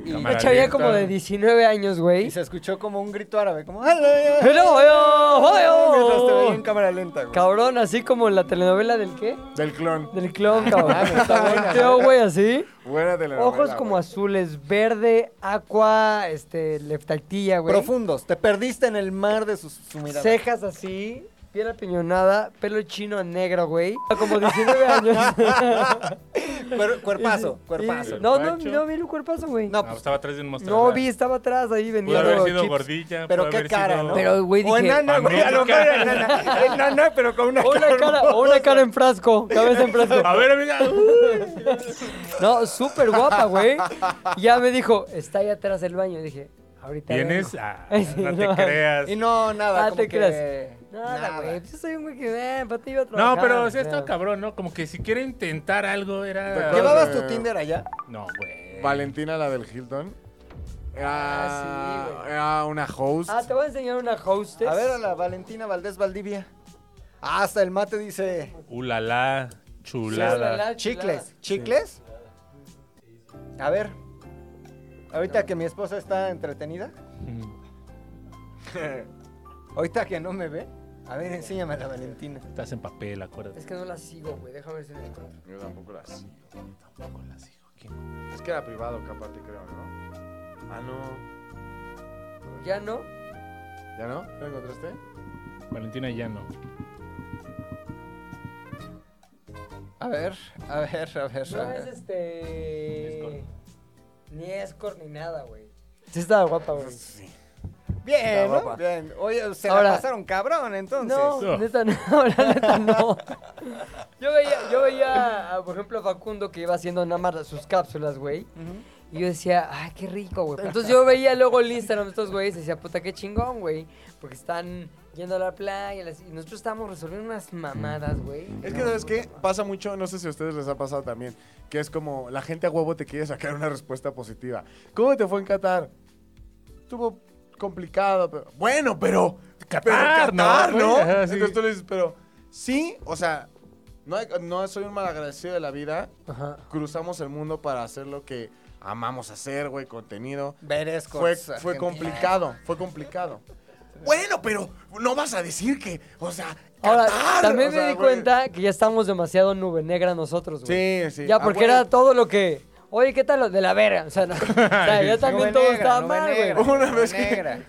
Y
Cámara
una chavilla
lenta.
como de 19 años,
Mm. Y
güey.
se escuchó como un grito árabe, como... "Alá".
Pero, oyo, oyo.
Mientras te veía en cámara lenta, güey.
oh, Cabrón, así como en la telenovela del qué?
Del clon.
Del clon, cabrón.
mames, Ah, está buena.
Volteó, güey, así.
Buena telenovela.
Ojos como
güey.
azules, verde, aqua, este, leftactilla, güey.
Profundos, te perdiste en el mar de su, su mirada.
Cejas así, piel apiñonada, pelo chino negro, güey. Ah, Como 19 años.
Cuer- cuerpazo,
Y-
cuerpazo.
y- no, no,
Cuerpacho.
no vi el cuerpazo, güey.
No,
No,
Ah, estaba atrás de un mostrador.
vi, estaba atrás ahí
Pudo
vendiendo
haber sido
chips.
gordilla.
Pero
pudo
qué
haber
cara,
sido-
¿no?
Pero, güey,
o
dije,
enana, güey, a lo mejor era enana. Enana, pero con una
una cara, o una cara en frasco, cabeza en frasco.
A ver, amiga. uh. uy.
No, súper guapa, güey. Y Ya me dijo, está ahí atrás del baño. Dije, ahorita
¿Vienes?
vengo.
Ah,
Ay, sí,
no te
no.
creas.
Y no, nada,
Ah,
como
te
que...
creas. Nada,
nada.
güey, yo soy un güey que, eh, para ti iba a
No,
trabajar.
pero o
o
sea, estaba
sea.
cabrón, ¿no? Como que si quiere intentar algo era.
¿Te acuerdas?
¿Llevabas tu Tinder allá?
No, güey.
Valentina, la del Hilton. Era,
Ah, sí, güey.
era una host.
Ah, te voy a enseñar una hostess.
A ver a la Valentina Valdés Valdivia. Ah, Hasta el mate dice...
Ulala,
Ulala,
chulada.
chulada.
Chicles. ¿Chicles? A ver. Ahorita que mi esposa está entretenida. Ahorita que no me ve. A ver, enséñame a la Valentina.
Estás en papel, acuérdate.
Es que no la sigo, güey, déjame ver si la encuentro.
Yo tampoco la sigo.
Tampoco las digo. ¿Quién?
Es que era privado, que aparte creo, ¿no? Ah, no.
Ya no.
¿Ya no? ¿Ya ¿La encontraste?
Valentina Llano.
A ver, a ver, a ver.
No
a
es
ver.
este. Ni escort ni nada, güey. Sí estaba guapa, güey.
Bien,
Está
¿no?
guapa.
Bien. Oye, se
Ahora-
la pasaron cabrón, entonces.
No,
No.
neta no, la neta no. Yo veía, yo veía, a, por ejemplo, a Facundo que iba haciendo nada más sus cápsulas, güey. Y yo decía, ay, qué rico, güey. Entonces yo veía luego el Instagram de estos güeyes y decía, puta, qué chingón, güey. Porque están yendo a la playa las- y nosotros estábamos resolviendo unas mamadas, güey.
Es que, ¿sabes qué? Pasa mucho, no sé si a ustedes les ha pasado también, que es como la gente a huevo te quiere sacar una respuesta positiva. ¿Cómo te fue en Qatar? Estuvo complicado, pero. Bueno, pero.
Qatar,
pero Qatar,
¿no?
¿no?
Ajá, sí.
Entonces tú le dices, pero. Sí, o sea, no, hay- no soy un malagradecido de la vida.
Ajá.
Cruzamos el mundo para hacer lo que amamos hacer, güey, contenido.
Ver escorts
Fue, fue
argentinos.
complicado, fue complicado. Bueno, pero no vas a decir que, o sea,
Ahora,
Qatar,
también
o
me
sea,
di
güey.
cuenta que ya estamos demasiado nube negra nosotros, güey.
Sí, sí.
Ya,
Ah,
porque
bueno.
era todo lo que. Oye, ¿qué tal lo de la verga? O sea, no- o sea, ya también
Nube
todo
negra,
estaba
nube
mal,
negra.
güey.
Una vez
Negra.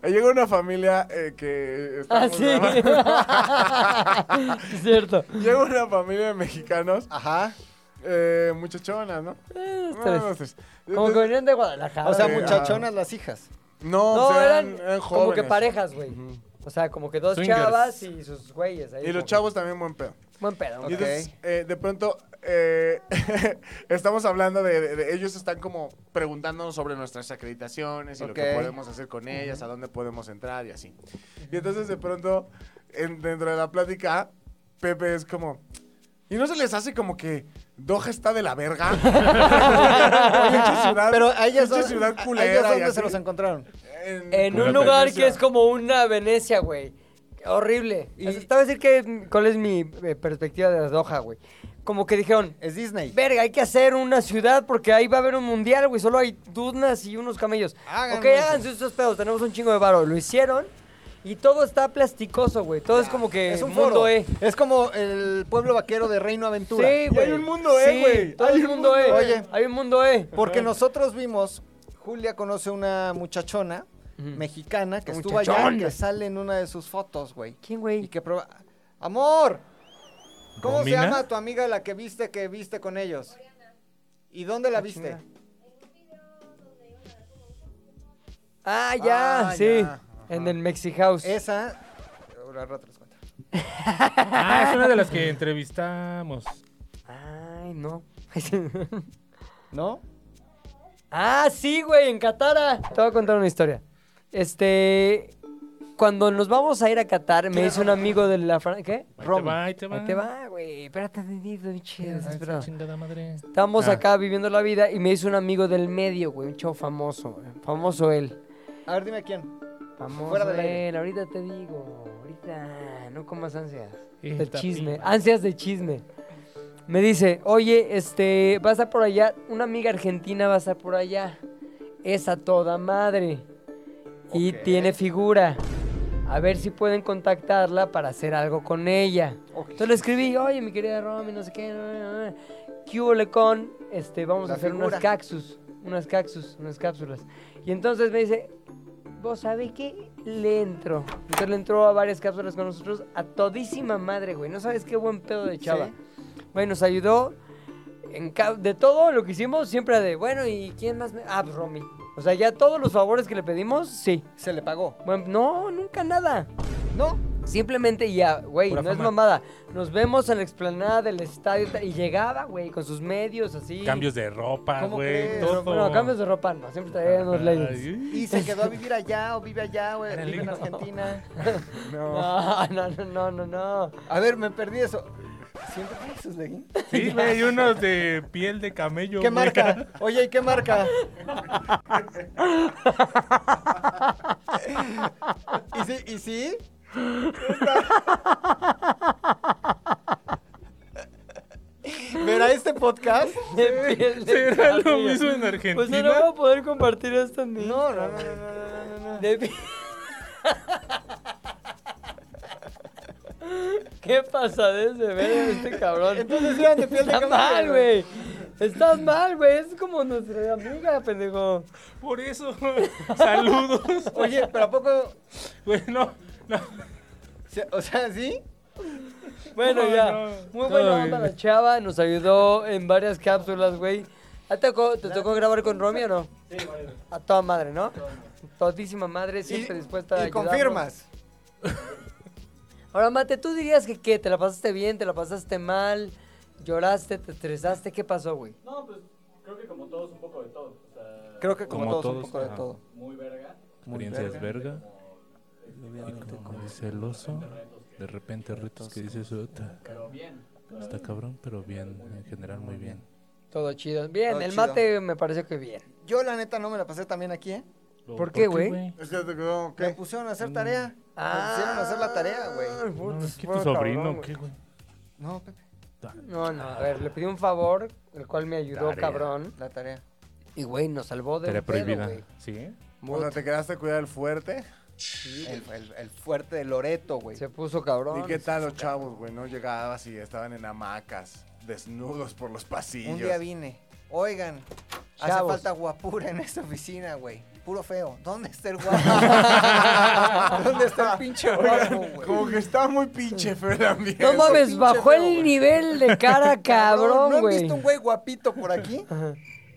que llegó una familia eh, que
Ah,
estábamos grabando.
sí. Es Cierto.
Llega una familia de mexicanos,
Ajá.
eh, muchachonas, ¿no?
Eh,
No,
tres.
no, tres.
Como que venían de Guadalajara.
O sea,
Sí,
güey.
mucha-
muchachonas las hijas.
No,
No,
eran,
eran
eran
como que
jóvenes.
parejas, güey. O sea, como que dos
Swingers.
chavas y sus güeyes. Ahí
Y los
como-
chavos también buen pedo.
Buen pedo.
Y
güey.
entonces, eh, de pronto, eh, estamos hablando de, de- de- ellos están como preguntándonos sobre nuestras acreditaciones y lo
Ok.
que podemos hacer con ellas, a dónde podemos entrar y así. Y entonces, de pronto, en- dentro de la plática, Pepe es como, ¿y no se les hace como que Doha está de la verga? Pinche ciudad-
Pero a ellas,
pinche
dónde-
ciudad
a ellas
culera y
dónde
así.
se los encontraron.
En,
En
como
un
la
lugar que
Venecia.
es como una Venecia, güey. Horrible.
Y-
O sea, te voy a decir que, cuál es mi eh, perspectiva de Doha, güey. Como que dijeron,
Es Disney.
verga, hay que hacer una ciudad porque ahí va a haber un mundial, güey. Solo hay dunas y unos camellos.
Háganlo.
Ok, háganse estos pedos, tenemos un chingo de varo. Lo hicieron y todo está plasticoso, güey. Todo es como que
es un
mundo,
foro.
eh.
Es como el pueblo vaquero de Reino Aventura.
Sí, güey.
hay un mundo,
E,
eh,
Sí,
güey.
Todo
Hay
el
un
mundo, eh.
mundo,
oye.
Hay un mundo, eh.
Porque nosotros vimos, Julia conoce una muchachona mexicana que estuvo allá,
Muchachona.
que sale en una de sus fotos, güey.
¿Quién,
Y
güey?
que prueba... Amor, ¿cómo
¿Romina?
se llama tu amiga la que viste que viste con ellos? ¿Y dónde la viste?
Ah, ya,
Ah,
sí.
ya.
En el Mexi House.
Esa... Ahora al rato les cuento.
Ah, es una de las que entrevistamos.
Ay, no.
¿No?
ah, sí, güey, en ah. Catara. Te voy a contar una historia. Este. Cuando nos vamos a ir a Qatar, me dice un amigo de la Fran- ¿Qué?
Ahí te
Romy.
va, ahí te va.
Ahí te va, güey. Espérate, tantito, pinche desesperado.
Chingada madre.
Estamos
Ah.
acá viviendo la vida y me hizo un amigo del medio, güey. Un chavo famoso, güey, Famoso él.
A ver, dime quién.
Famoso
Fuera
él.
del aire.
Ahorita te digo. Ahorita. No comas ansias. De
Esta
chisme.
pinta.
Ansias de chisme. Me dice, oye, este, vas a estar por allá. Una amiga argentina va a estar por allá. Es a toda madre. Y
Ok.
tiene figura. A ver si pueden contactarla para hacer algo con ella. Entonces le escribí, oye, mi querida Romy, no sé qué. na, na, na. ¿Qué hubo le con? Este, vamos
La
a hacer
figura.
unas caxus. Unas caxus, unas cápsulas. Y entonces me dice, ¿vos sabés qué? Le entro. Entonces le entró a varias cápsulas con nosotros. A todísima madre, güey. No sabes qué buen pedo de chava.
Sí.
Güey, nos ayudó. en ca- de todo lo que hicimos, siempre de, bueno, ¿y quién más? me- Ah, pues, Romy. O sea, ya todos los favores que le pedimos, sí.
Se le pagó.
Bueno, no, nunca nada.
¿No?
Simplemente ya, güey, no
Pura
es
fama.
mamada. Nos vemos en la explanada del estadio y tal, y llegaba, güey, con sus medios así.
Cambios de ropa,
¿Cómo
güey.
crees?
Todo.
Bueno, cambios de ropa no, siempre traía unos leggings.
¿Y se quedó a vivir allá o vive allá, güey?
Ándale.
Vive en Argentina.
No, no, no, no, no, no.
A ver, me perdí eso. ¿Siempre tienes sus leggings?
Sí, güey, unos de piel de camello.
¿Qué
güey.
marca? Oye, ¿y qué marca? ¿Y sí? ¿Y sí? ¿Verá este podcast?
De piel de
¿Será lo
camello.
mismo en Argentina?
Pues no, no voy a poder compartir esto ni.
No, no, no, no, no, no, no, no.
De pi- ¿Qué pasa de ese verga este cabrón?
Entonces eran de piel de
Está
camello.
mal, güey. Estás mal, güey. Es como nuestra amiga, pendejo.
Por eso. Saludos.
Oye, pero ¿a poco?
Güey, no. no.
se- O sea, ¿sí?
Bueno,
No,
ya.
no.
Muy
Todo
buena onda
bien.
la chava. Nos ayudó en varias cápsulas, güey. ¿Ah, ¿Te tocó, te tocó grabar con Romy o no? Sí, A toda madre, ¿no? Todísima madre, siempre dispuesta a
Y
ayudarnos.
confirmas.
Ahora, Mate, ¿tú dirías que qué? ¿Te la pasaste bien? ¿Te la pasaste mal? ¿Lloraste? ¿Te estresaste? ¿Qué pasó, güey?
No, pues creo que como todos, un poco de todo. O sea,
Creo que como,
Como
todos, un
todos,
poco de
ajá.
todo.
muy verga.
Experiencias verga. Y como dice el oso, de repente retos que dices otra. Está cabrón, pero bien, en general muy bien.
Todo chido. Bien,
Todo
el
chido.
mate me pareció que bien.
Yo la neta no me la pasé también aquí, ¿eh?
¿Por,
qué, güey?
Es que te quedó,
Me
¿qué?
pusieron a hacer tarea.
Ah.
Me pusieron a hacer la tarea, güey.
No, es que tu
Pobre Ah, cabrón,
sobrino,
güey.
¿qué, güey?
No, Pepe,
No, no, a ver, le pedí un favor, el cual me ayudó,
Tarea.
cabrón.
la tarea.
Y, güey, nos salvó de.
Tarea
un pedo,
prohibida.
güey.
¿Sí?
O sea,
Mut,
te quedaste a cuidar el fuerte.
El, el- el fuerte de Loreto, güey.
Se puso cabrón.
¿Y qué tal los chavos, güey? No llegabas y estaban en hamacas, desnudos por los pasillos.
Un día vine. Oigan, hace
Chavos.
falta guapura en esta oficina, güey. Puro feo. ¿Dónde está el guapo? ¿Dónde está el pinche guapo, güey?
Como que está muy pinche feo el ambiente.
No mames,
pinche
bajó
feo,
el
güey.
nivel de cara,
¿No
cabrón,
han
güey.
visto un güey guapito por aquí?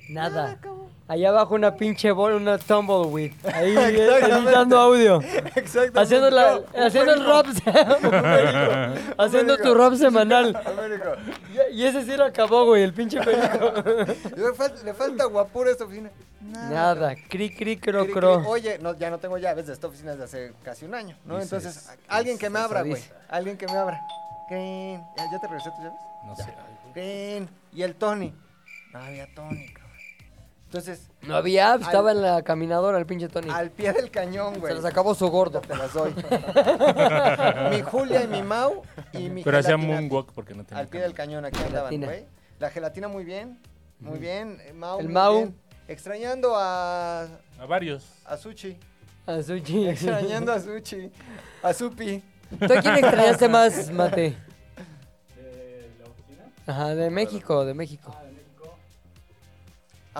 Nada. Allá abajo una pinche bola, una tumbleweed. Ahí eh,
Exactamente.
editando audio.
Exactamente.
Haciendo, la, haciendo el rap. haciendo tu rap semanal.
Américo.
Y y ese sí lo acabó, güey, el pinche perico.
Le falta, le falta guapura a esta oficina.
Nada, cri cri cro
Cri, cri.
cro.
Oye, no, ya no tengo llaves de esta oficina desde hace casi un año, ¿no?
Dices,
Entonces, a- alguien que me abra, güey.
avisa.
Alguien que me abra. Green. ¿Ya, ya te regresé tus llaves?
No sé.
Green. Y el Tony. No había Tony, cabrón. Entonces,
No había,
Al-
estaba en la caminadora el pinche Tony.
al pie del cañón, güey.
Se los acabó su gordo.
Te las doy. mi Julia y mi Mau y mi
Pero hacía
gelatina.
moonwalk porque no tenía.
Al pie del
cámara.
cañón aquí andaban,
Gelatina.
güey. La gelatina muy bien, muy bien. Eh, Mau,
El
muy
Mau.
bien. Extrañando a,
A varios.
a Suchi.
A su chi.
Extrañando a Suchi. A Supi.
¿Tú a quién extrañaste más, Mate?
De la oficina.
Ajá, de México, de México.
Ah, de México.
Ah,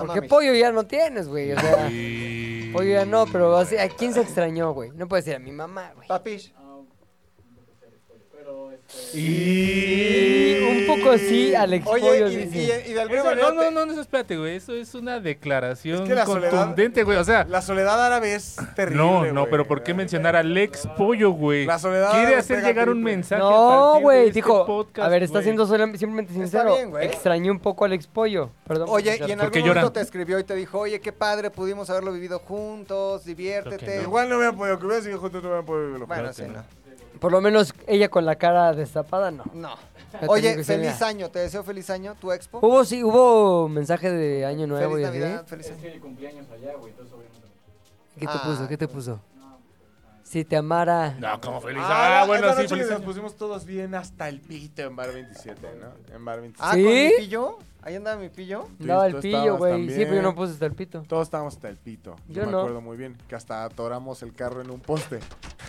A
Porque
mamis.
pollo ya no tienes, güey. O sea,
Y-
pollo ya no, pero así, ¿a quién se extrañó, güey? No puede ser a mi mamá, güey.
Papish.
Ah, un poco feo el spoiler, Pero este.
Y un poco sí, Alex Pollo.
Oye, y,
sí, sí.
y- y de alguna
Eso-
manera.
no, no,
te-
no, no, espérate, güey. Eso es una declaración
Es que la soledad-
contundente, güey. O sea,
La soledad árabe es terrible.
no, no,
güey.
pero ¿por qué mencionar a Lex Pollo, güey?
La soledad
Quiere
nos
hacer
pega
llegar un
triple.
mensaje. a
No,
partir de
güey,
este
dijo.
podcast,
a ver, está
güey.
siendo solam- simplemente sincero.
bien, güey.
Extrañé un poco al expollo. Perdón. por
Oye,
escuchar.
y en
¿Por qué
algún momento
lloran?
te escribió y te dijo, oye, qué padre, pudimos haberlo vivido juntos, diviértete.
Creo que no.
Eh, Igual no hubiera podido, que hubiera sido juntos, no hubiera podido vivirlo.
Bueno,
Creo
sí,
que
no.
no.
Por lo menos ella con la cara destapada, no.
No.
Ya tenía
Oye,
que ser,
feliz
mira.
año, te deseo feliz año, tu expo.
Hubo, sí, hubo mensaje de año nuevo
feliz
y así.
Navidad, feliz
Es
año.
que el cumpleaños allá, güey. Entonces obviamente.
¿Qué te
Ah,
puso? ¿Qué te puso? Si te amara.
No, como feliz.
Ah,
Ah,
bueno,
bueno,
esta
sí,
noche pues,
feliz.
Nos pusimos todos bien hasta el pito en Bar 27, ¿no? En Bar 27.
Ah,
¿Sí?
¿con mi pillo? Ahí andaba mi pillo.
Tú-
Daba el
tú
pillo,
estabas
güey. Sí, pero yo no
también.
puse hasta el pito.
Todos estábamos hasta el pito.
Yo
Yo me
no.
acuerdo muy bien. Que hasta atoramos el carro en un poste.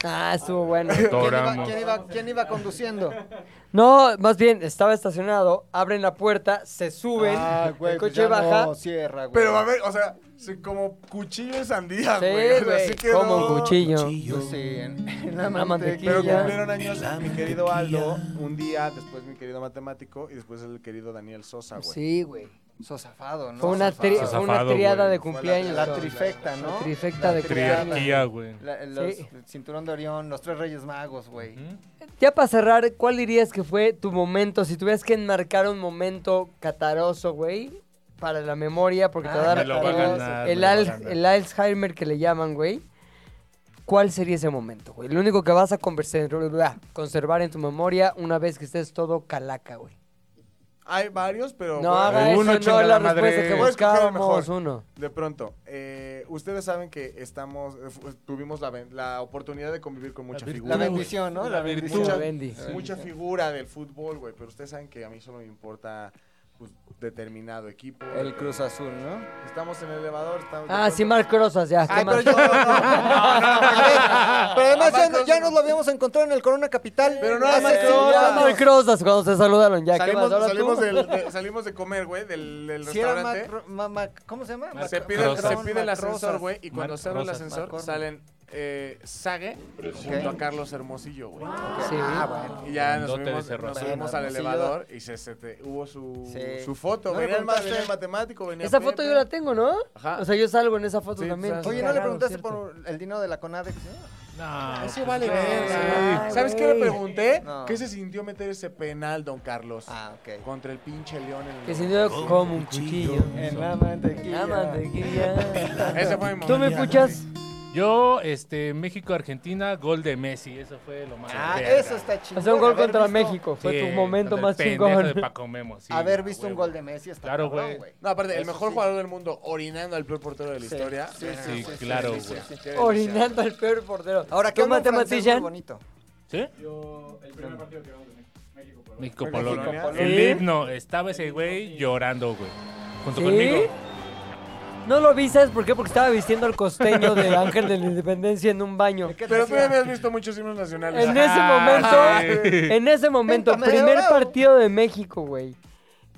Ah, estuvo bueno.
¿Quién iba,
Doramos.
quién iba- quién iba conduciendo?
Ah, No, más bien, estaba estacionado, abren la puerta, se suben,
Ah,
el
pues
coche baja.
cierra, güey.
Pero a ver, o sea, se- como cuchillo en sandía,
Sí,
güey. O sea,
güey,
sí quedó-
como un cuchillo.
Yo sé, en, en la
La mantequilla.
Pero
Y ya.
cumplieron años mi querido Aldo, un día, después mi querido matemático y después el querido Daniel Sosa, güey.
Sí, güey.
Sosafado, ¿no?
Fue una,
Sosafado.
tri- fue una
Zafado,
triada
güey.
de cumpleaños.
La
cabrón.
trifecta, ¿no?
La trifecta de
triada.
Triarquía, güey.
La- los-
Sí.
El cinturón de Orión, los tres reyes magos, güey.
Ya para cerrar, ¿cuál dirías que fue tu momento? Si tuvieras que enmarcar un momento cataroso, güey, para la memoria, porque te
Ah,
va a
me
dar
lo va a
el-
ganar,
el,
me lo va a
al-
ganar.
el Alzheimer que le llaman, güey. ¿Cuál sería ese momento, güey? Lo único que vas a conversar- conservar en tu memoria una vez que estés todo calaca, güey.
Hay varios, pero
No
bueno,
haga
uno,
eso, no
chingada
la
madre.
respuesta que
Voy a escoger el
buscábamos,
mejor.
uno.
de pronto, eh, ustedes saben que estamos, eh, fu- tuvimos la, ben- la oportunidad de convivir con mucha
virtud.
figura.
La bendición, ¿no? La
virtud.
bendición.
Mucha-
Bendy.
Sí. mucha figura del fútbol, güey, pero ustedes saben que a mí solo me importa pues, determinado equipo.
El Cruz Azul, ¿no?
Estamos en el elevador, estamos...
Ah, sí, Marc Rosas, ya. ¿qué
Ay, pero
más?
yo. no, no, no, a ver, Pero además ya, no-
Marcos-
ya nos lo habíamos encontrado en el Corona Capital.
Pero no
hace
Marcos-
cinco
Ya,
años.
Marc Rosas, cuando se saludaron, ya. ¿Qué
salimos,
más? Ahora
salimos
tú.
del- de, salimos de comer, güey, del, del
Si era
restaurante.
Mac- Ma- Mac- ¿Cómo se llama?
se
Mac-
pide, el- se
Macron,
pide el
Mac
ascensor,
Rosas.
güey, y cuando
Marc
se abre el
Rosas,
ascensor
Marc
salen eh, Sage junto a Carlos Hermosillo, güey.
Sí,
Y ya nos
Grandote de
subimos,
ese
nos
rosa.
subimos
Bueno,
al
Hermosillo.
elevador y se, se te- hubo su,
Sí.
su foto.
No me
venía el, ma-
preguntaste.
venía el matemático, venía
Esa foto
Pepe.
yo la tengo, ¿no?
Ajá.
O sea, yo salgo en esa foto
Sí,
también.
sal-
Qué
Oye, ¿no le
cagado,
preguntaste
¿cierto?
por el dinero de la Conadex?
No,
Eso
pues,
vale
no,
verga.
Ay,
¿Sabes qué le
güey.
pregunté?
No.
¿Qué se sintió meter ese penal, don Carlos?
Ah, ok.
Contra el pinche León. en el
Que
noventa.
sintió como un cuchillo.
En la mantequilla.
Ah, mantequilla.
Ese fue mi
¿Tú me
momento.
escuchas?
Yo, este, México-Argentina, gol de Messi. Eso fue lo más.
Ah,
verga.
eso está chingón.
O sea, un gol
Haber
contra
visto-
México. Fue
Sí,
tu momento
contra el
más
pendejo
chingón.
de Paco Memo, sí,
Haber
a
visto un
huevo.
gol de Messi está
Claro,
cabrón,
güey.
No, aparte, el
Eso
mejor
sí.
jugador del mundo orinando al peor portero de la
Sí,
historia.
sí,
Verga,
sí,
güey,
sí,
qué
claro,
delicia,
güey.
qué delicia.
Orinando al peor portero.
Ahora, ¿qué
¿Tú,
onda un francés muy
matematician?
bonito?
¿Sí?
Yo, el primer partido que vamos de México. México por
México-Polonia.
México-Polonia.
El
¿Sí?
himno. Estaba ese güey llorando, güey. Junto
¿Sí?
conmigo.
No lo vi, ¿sabes por qué? Porque estaba vistiendo al costeño de Ángel de la Independencia en un baño.
¿Qué te
Pero tú ya
decía?
habías visto muchos himnos nacionales.
En ese
Ajá,
momento,
sí.
en ese momento,
Véntame,
primer
bravo.
partido de México, güey.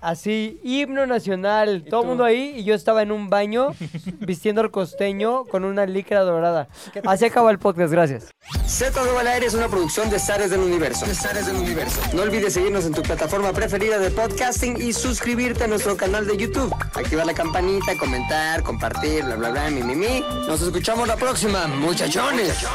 Así, himno nacional, todo el mundo ahí y yo estaba en un baño vistiendo al costeño con una licra dorada. Así acaba el podcast, gracias.
Z2 al aire es una producción de Zares del Universo. del Universo. No olvides seguirnos en tu plataforma preferida de podcasting y suscribirte a nuestro canal de YouTube. Activar la campanita, comentar, compartir, bla, bla, bla, mi, mi, mi. Nos escuchamos la próxima, muchachones.